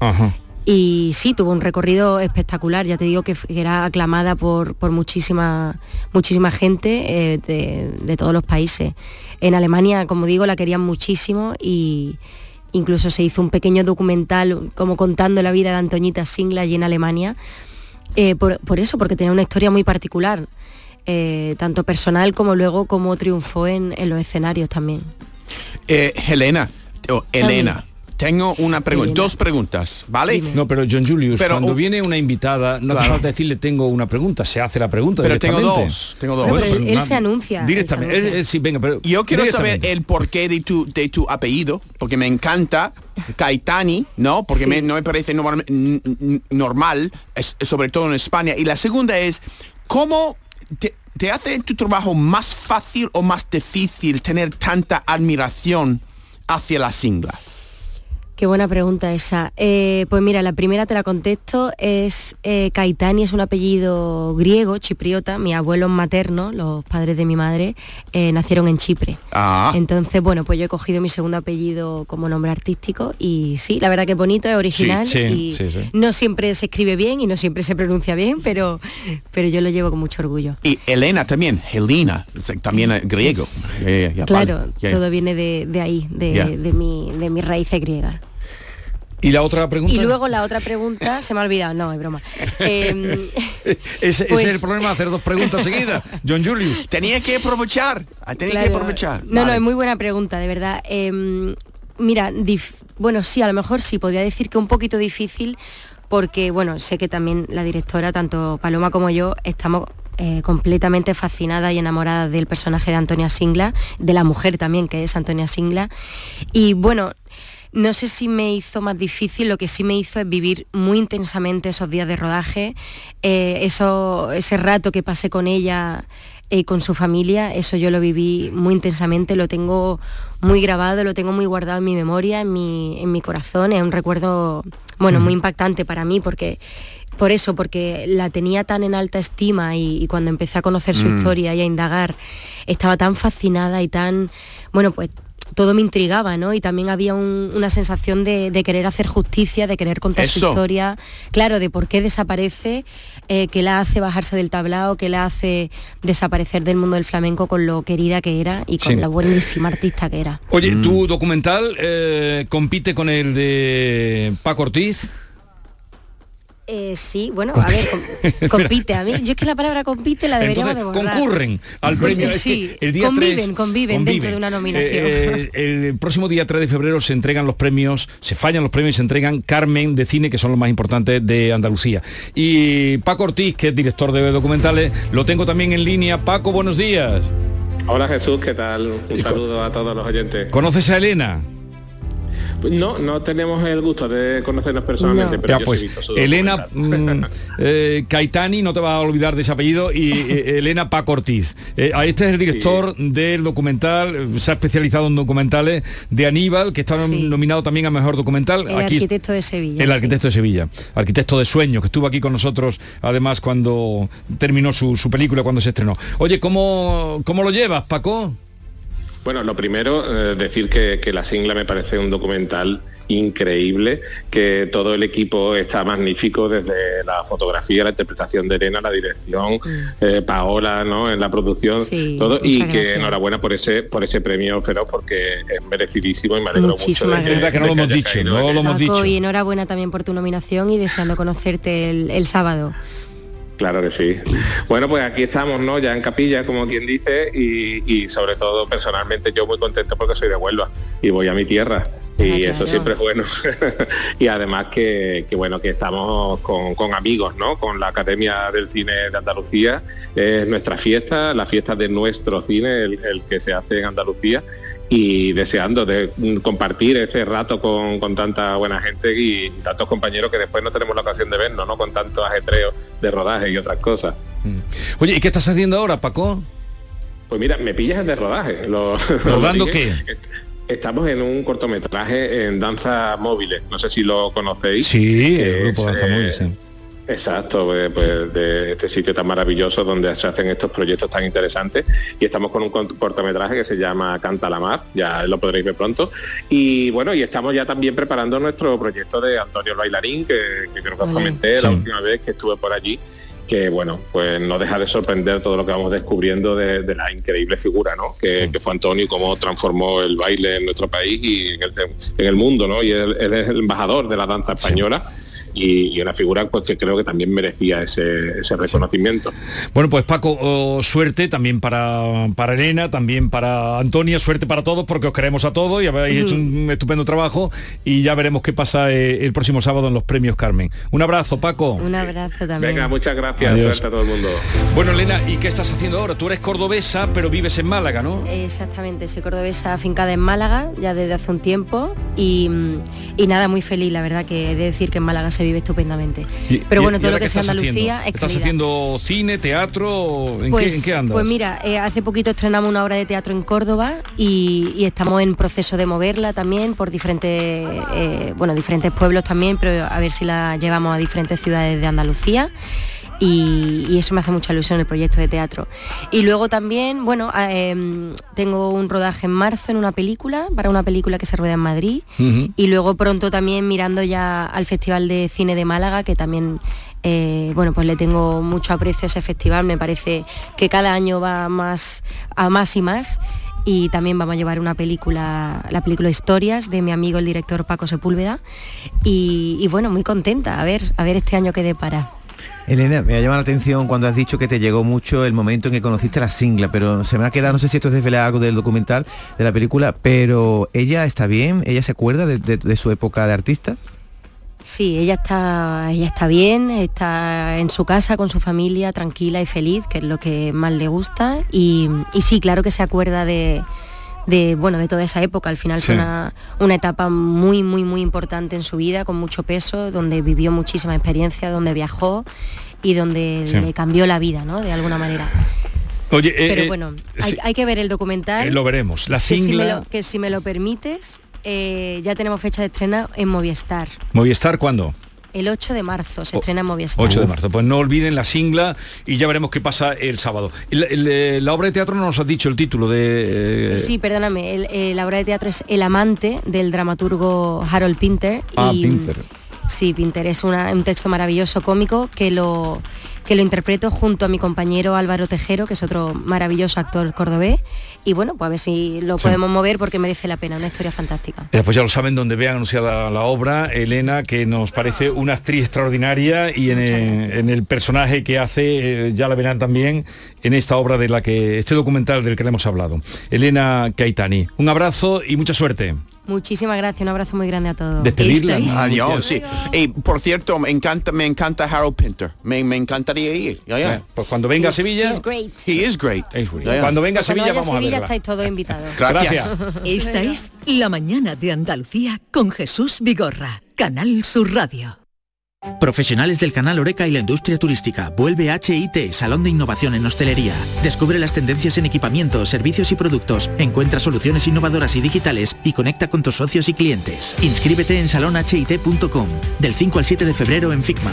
Y sí, tuvo un recorrido espectacular, ya te digo que, f- que era aclamada por, por muchísima, muchísima gente eh, de, de todos los países. En Alemania, como digo, la querían muchísimo y incluso se hizo un pequeño documental como contando la vida de Antoñita Singla allí en Alemania, eh, por, por eso, porque tenía una historia muy particular, eh, tanto personal como luego como triunfó en- en los escenarios también.
Eh, Helena, o Elena, tengo una pregunta, dos preguntas, ¿vale?
No, pero John Julius,
Pero
cuando
un-
viene una invitada, no hace
Claro.
falta decirle tengo una pregunta, se hace la pregunta
Pero tengo
directamente.
dos, tengo dos.
Bueno,
Pero
pero
Él
na-
se anuncia. él se
Pues, Directamente,
anuncia.
él- él sí, venga, pero
Yo quiero saber
directamente.
el porqué de tu, de tu apellido, porque me encanta Caetani, ¿no? Porque me- no me parece norm- n- n- normal, es- sobre todo en España. Y la segunda es, ¿cómo te, te hace tu trabajo más fácil o más difícil tener tanta admiración hacia la singla?
Qué buena pregunta esa. Eh, pues mira, la primera te la contesto. Es eh, Caetani, es un apellido griego, chipriota. Mis abuelos maternos, los padres de mi madre, eh, nacieron en Chipre.
Ah.
Entonces, bueno, pues yo he cogido mi segundo apellido como nombre artístico y sí, la verdad que es bonito, es original
sí,
y
sí, sí.
no siempre se escribe bien y no siempre se pronuncia bien, pero, pero yo lo llevo con mucho orgullo.
Y Elena también, Helena, es- también es griego. eh, Ya, ya, ya, vale,
claro,
ya, ya.
todo viene de, de ahí, de,
Ya.
de mi, de mis raíces griegas.
Y la otra pregunta.
Y luego la otra pregunta, se me ha olvidado, no, es broma. Eh,
Ese, ese
pues-
es el problema, hacer dos preguntas seguidas. John Julius.
Tenía que aprovechar, ah, tenía que
Claro.
aprovechar.
No, no,
Vale.
es muy buena pregunta, de verdad. Eh, mira, dif- bueno, sí, a lo mejor sí, podría decir que un poquito difícil, porque, bueno, sé que también la directora, tanto Paloma como yo, estamos eh, completamente fascinadas y enamoradas del personaje de Antonia Singla, de la mujer también que es Antonia Singla. Y bueno, No sé si me hizo más difícil, lo que sí me hizo es vivir muy intensamente esos días de rodaje, eh, eso, ese rato que pasé con ella y con su familia, eso yo lo viví muy intensamente, lo tengo muy grabado, lo tengo muy guardado en mi memoria, en mi, en mi corazón, es un recuerdo, bueno, muy impactante para mí porque por eso, porque la tenía tan en alta estima y, y cuando empecé a conocer su
Mm.
historia y a indagar, estaba tan fascinada y tan, bueno, pues todo me intrigaba, ¿no? Y también había un- una sensación de, de querer hacer justicia, de querer contar su
Eso.
historia, claro, de por qué desaparece, eh, que la hace bajarse del tablao, que la hace desaparecer del mundo del flamenco con lo querida que era y con
Sí.
la buenísima artista que era.
Oye, tu documental eh, compite con el de Paco Ortiz.
Eh, sí, bueno, a ver, com- compite a mí. Yo es que la palabra compite la deberíamos
Entonces,
de borrar.
concurren al premio. Es
Sí,
que el día
conviven,
3,
conviven, dentro de una nominación.
Eh, eh, el próximo día 3 de febrero se entregan los premios, se fallan los premios y se entregan Carmen de cine, que son los más importantes de Andalucía. Y Paco Ortiz, que es director de documentales, lo tengo también en línea. Paco, buenos días.
Hola Jesús, ¿qué tal? Un saludo a todos los oyentes. Pues
¿Conoces a Elena?
No, no tenemos el gusto de conocernos personalmente, pero
Ya
yo
pues,
sí he visto su
Elena mm, eh, Caetani, no te vas a olvidar de ese apellido, y eh, Elena Paco Ortiz. Eh, ah, este es el director del documental, eh, se ha especializado en documentales de Aníbal, que está nom- nominado también a Mejor Documental.
El
Aquí-
arquitecto de Sevilla.
el
sí.
arquitecto de Sevilla, arquitecto de sueños, que estuvo aquí con nosotros además cuando terminó su, su película, cuando se estrenó. Oye, ¿cómo, cómo lo llevas, Paco?
Bueno, lo primero, eh, decir que, que La Singla me parece un documental increíble, que todo el equipo está magnífico, desde la fotografía, la interpretación de Elena, la dirección, eh, Paola, ¿no? En la producción,
Mm. Sí,
todo, y
muchas
que
gracias.
enhorabuena por ese, por ese premio feroz, porque es merecidísimo y me alegro
Muchísimas
mucho.
gracias.
de
Es verdad que no
de
lo hemos
haya
dicho,
caído
no
en
lo
él.
hemos
Paco, y enhorabuena también por tu nominación y deseando conocerte el, el sábado.
Claro que sí. Bueno, pues aquí estamos, ¿no? Ya en capilla, como quien dice, y, y sobre todo personalmente yo muy contento porque soy de Huelva y voy a mi tierra. Y eso siempre es bueno. y además que, que bueno, que estamos con, con amigos, ¿no? Con la Academia del Cine de Andalucía. Es nuestra fiesta, la fiesta de nuestro cine, el, el que se hace en Andalucía. Y deseando de mm, compartir este rato con, con tanta buena gente y tantos compañeros que después no tenemos la ocasión de vernos, ¿no? Con tantos ajetreos de rodaje y otras cosas.
Oye, ¿y qué estás haciendo ahora, Paco?
Pues mira, me pillas en desrodaje. Lo,
¿Rodando
lo dije. Estamos en un cortometraje en danzas móviles. No sé si lo conocéis.
Sí,
Que
el grupo
es,
Danza
eh,
Móvil, sí.
Exacto, eh, pues de este sitio tan maravilloso donde se hacen estos proyectos tan interesantes y estamos con un cont- cortometraje que se llama Canta la Mar, ya lo podréis ver pronto y bueno, y estamos ya también preparando nuestro proyecto de Antonio el Bailarín que, que creo que os
Hola.
comenté la
Sí.
última vez que estuve por allí que bueno, pues no deja de sorprender todo lo que vamos descubriendo de, de la increíble figura ¿no? que, que fue Antonio y cómo transformó el baile en nuestro país y en el, en el mundo, ¿no? Y él, él es el embajador de la danza española y, y una figura pues, que creo que también merecía ese, ese reconocimiento.
Bueno, pues Paco, oh, suerte también para, para Elena, también para Antonia, suerte para todos porque os queremos a todos y habéis hecho un estupendo trabajo y ya veremos qué pasa eh, el próximo sábado en los premios Carmen. Un abrazo, Paco.
Un abrazo también.
Venga, muchas gracias,
Adiós.
suerte a todo el mundo.
Bueno, Elena, ¿y qué estás haciendo ahora? Tú eres cordobesa, pero vives en Málaga, ¿no?
Exactamente, soy cordobesa afincada en Málaga ya desde hace un tiempo y, mm, y nada, muy feliz, la verdad que he de decir que en Málaga se vive estupendamente.
Y-
Pero
y-
bueno,
¿y
todo lo
ahora
que
qué
sea
estás
Andalucía
haciendo?
es
¿Estás
calidad.
haciendo cine, teatro? ¿En, qué, en qué andas?
Pues mira, eh, hace poquito estrenamos una obra de teatro en Córdoba y, y estamos en proceso de moverla también por diferentes, eh, bueno, diferentes pueblos también, pero a ver si la llevamos a diferentes ciudades de Andalucía. Y, y eso me hace mucha ilusión el proyecto de teatro. Y luego también, bueno, a- em, tengo un rodaje en marzo en una película, para una película que se rueda en Madrid. Y luego pronto también mirando ya al Festival de Cine de Málaga, que también, eh, bueno, pues le tengo mucho aprecio a ese festival, me parece que cada año va más a más y más. Y también vamos a llevar una película, la película Historias, de mi amigo el director Paco Sepúlveda. Y, y bueno, muy contenta, a ver, a ver este año que depara.
Elena, me ha llamado la atención cuando has dicho que te llegó mucho el momento en que conociste a la singla, pero se me ha quedado, no sé si esto es desvelar algo del documental, de la película, pero ella está bien, ella se acuerda de, de- de su época de artista.
Sí, ella está, ella está bien, está en su casa con su familia, tranquila y feliz, que es lo que más le gusta. Y, y sí, claro que se acuerda de, de, bueno, de toda esa época. Al final fue
Sí.
una, una etapa muy, muy, muy importante en su vida, con mucho peso, donde vivió muchísima experiencia, donde viajó y donde
Sí.
le cambió la vida, ¿no? De alguna manera.
Oye, eh,
Pero
eh,
bueno,
sí,
hay, hay que ver el documental.
eh, lo veremos. La
que si me
singla...
lo- que si me lo permites, eh, ya tenemos fecha de estreno en Movistar.
¿Movistar cuándo?
El 8 de marzo se estrena en Movistar.
8 de marzo. Pues no olviden la singla y ya veremos qué pasa el sábado. El- el, eh, la obra de teatro no nos has dicho el título de... eh,
Sí, perdóname, el- eh, la obra de teatro es El amante del dramaturgo Harold Pinter.
Ah,
y-
Pinter.
Sí, Pinter es una- un texto maravilloso cómico que lo, que lo interpreto junto a mi compañero Álvaro Tejero, que es otro maravilloso actor cordobés. Y bueno, pues a ver si lo
Sí.
podemos mover porque merece la pena, una historia fantástica.
Eh, Pues ya lo saben, donde vean anunciada la obra, Elena, que nos parece una actriz extraordinaria y en, eh, en el personaje que hace, eh, ya la verán también en esta obra de la que, este documental del que le hemos hablado. Elena Caitani, un abrazo y mucha suerte.
Muchísimas gracias, un abrazo muy grande a todos.
Despedirla.
Adiós, sí. Y por cierto, me encanta, me encanta Harold Pinter. Me, me encantaría ir. Ya, ya.
Bueno, pues cuando venga a Sevilla...
He's great.
He is great. Ya, ya.
Cuando venga a
Pues cuando
Sevilla
vaya
vamos a
Sevilla
verla.
estáis todos invitados.
Gracias.
Esta es La Mañana de Andalucía con Jesús Vigorra, Canal Sur Radio.
Profesionales del canal Oreca y la industria turística, vuelve HIT, Salón de Innovación en Hostelería. Descubre las tendencias en equipamiento, servicios y productos, encuentra soluciones innovadoras y digitales y conecta con tus socios y clientes. Inscríbete en salonhit.com, del 5 al 7 de febrero en FICMA.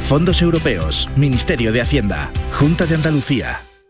Fondos Europeos, Ministerio de Hacienda, Junta de Andalucía.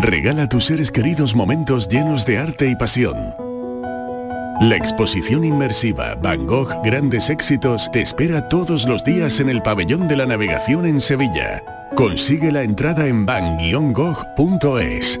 Regala a tus seres queridos momentos llenos de arte y pasión. La exposición inmersiva Van Gogh Grandes Éxitos te espera todos los días en el Pabellón de la Navegación en Sevilla. Consigue la entrada en van-gogh.es.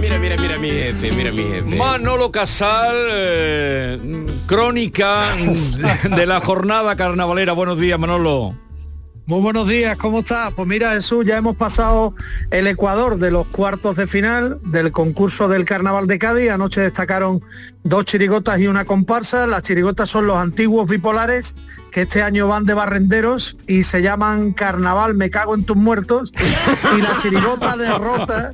Mira, mira, mira mi jefe, mira mi jefe.
Manolo Casal, eh, mm, crónica mm, de, de la jornada carnavalera. Buenos días, Manolo.
Muy buenos días, ¿cómo estás? Pues mira Jesús, ya hemos pasado el Ecuador de los cuartos de final del concurso del Carnaval de Cádiz. Anoche destacaron dos chirigotas y una comparsa. Las chirigotas son los antiguos bipolares que este año van de barrenderos y se llaman Carnaval, me cago en tus muertos. Y la chirigota derrota,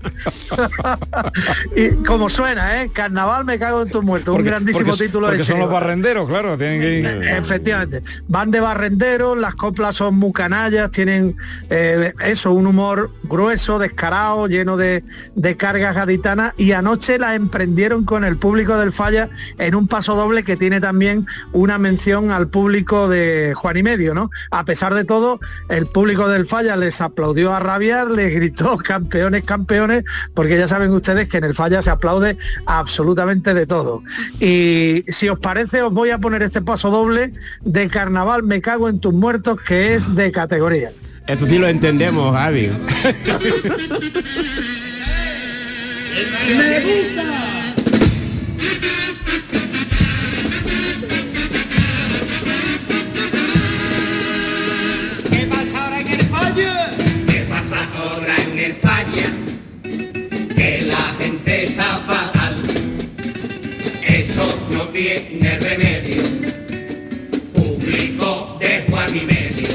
y como suena, ¿eh? Carnaval, me cago en tus muertos. Un grandísimo
Porque-
título
porque
de
son los
chirigota.
barrenderos, claro, tienen que ir.
Eh, Efectivamente. Van de barrenderos, las coplas son muy canallas, tienen eh, eso, un humor grueso, descarado, lleno de, de cargas gaditanas. Y anoche la emprendieron con el público del Falla en un paso doble que tiene también una mención al público de Juan y Medio, ¿no? A pesar de todo, el público del Falla les aplaudió a rabiar, les gritó campeones, campeones, porque ya saben ustedes que en el Falla se aplaude absolutamente de todo. Y si os parece, os voy a poner este paso doble de carnaval, me cago en tus muertos, que es de categoría.
Eso sí lo entendemos, Javi.
Me gusta. ¿Qué pasa ahora en el falla? ¿Qué pasa ahora en el falla? Que la gente está fatal. Eso no tiene remedio. Público de Juan y medio.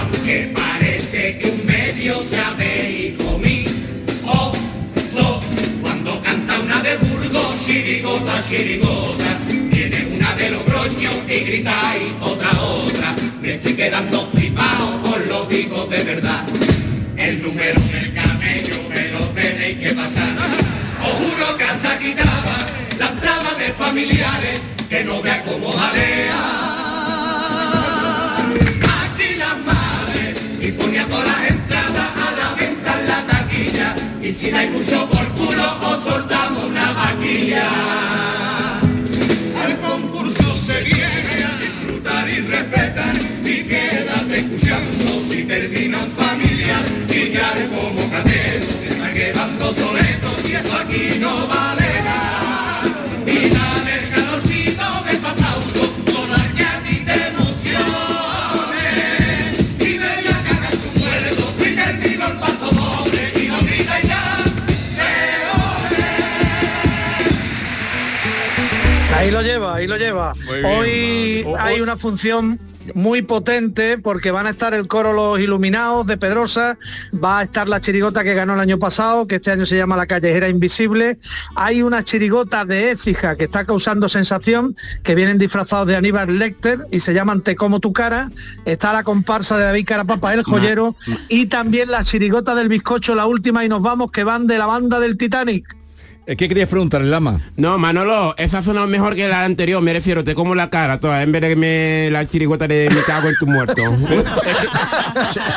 Aunque parece que un medio se avería. Chirigo, chirigota, chirigota. Viene una de Logroño y gritáis otra, otra. Me estoy quedando flipado, os lo digo de verdad. El número del camello me lo tenéis que pasar. Os juro que hasta quitaba la entrada de familiares que no vea como jalea. Aquí las madres y ponía todas las entradas a la venta en la taquilla. Y si dais mucho por culo, os soltamos una vaquilla. Al concurso se viene a disfrutar y respetar. Y quédate escuchando si terminan familia. Y ya de como cadero se está quedando soleto. Y eso aquí no vale nada. Y dale el calorcito de tu aplauso. Sonar que a ti te emociones. Y de ya cagas tu muerto. Si termino el paso doble. Y no grites ya.
Ahí lo lleva, ahí lo lleva.
Muy bien,
Hoy hay una función muy potente porque van a estar el coro Los Iluminados de Pedrosa, va a estar la chirigota que ganó el año pasado, que este año se llama La Callejera Invisible. Hay una chirigota de Écija que está causando sensación, que vienen disfrazados de Aníbal Lecter y se llaman Te como tu cara. Está la comparsa de David Carapapa, el joyero, y también la chirigota del bizcocho, la última, y nos vamos, que van de la banda del Titanic.
Eh, ¿Qué querías preguntar, Lama?
No, Manolo, esa ha sonado mejor que la anterior, me refiero, te como la cara toda, en vez de que me la chirigota de me cago en tu muerto.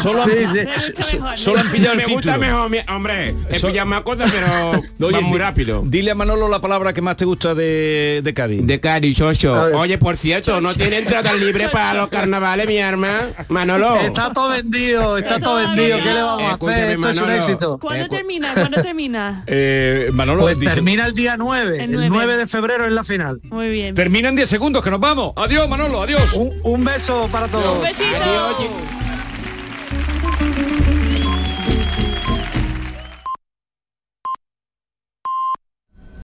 solo han- solo han pillado el
Me gusta
título.
mejor, mi- hombre, he pillado más cosas, pero
No,
va
oye,
muy
di-
rápido.
Dile a Manolo la palabra que más te gusta de, de Cádiz.
De Cádiz, Chocho. Oye, por cierto, no tiene entrada libre para los carnavales, mi arma. Manolo.
Está todo vendido, está todo vendido. ¿Qué le vamos a hacer?
Escúchame,
Esto es un
Manolo.
éxito.
¿Cuándo termina? ¿Cuándo termina?
Eh, Manolo
Pues
dice-
termina el día 9,
El
el 9 de febrero es la final.
Muy bien.
Termina en 10 segundos, que nos vamos. Adiós, Manolo, adiós.
Un, beso para
Un besito.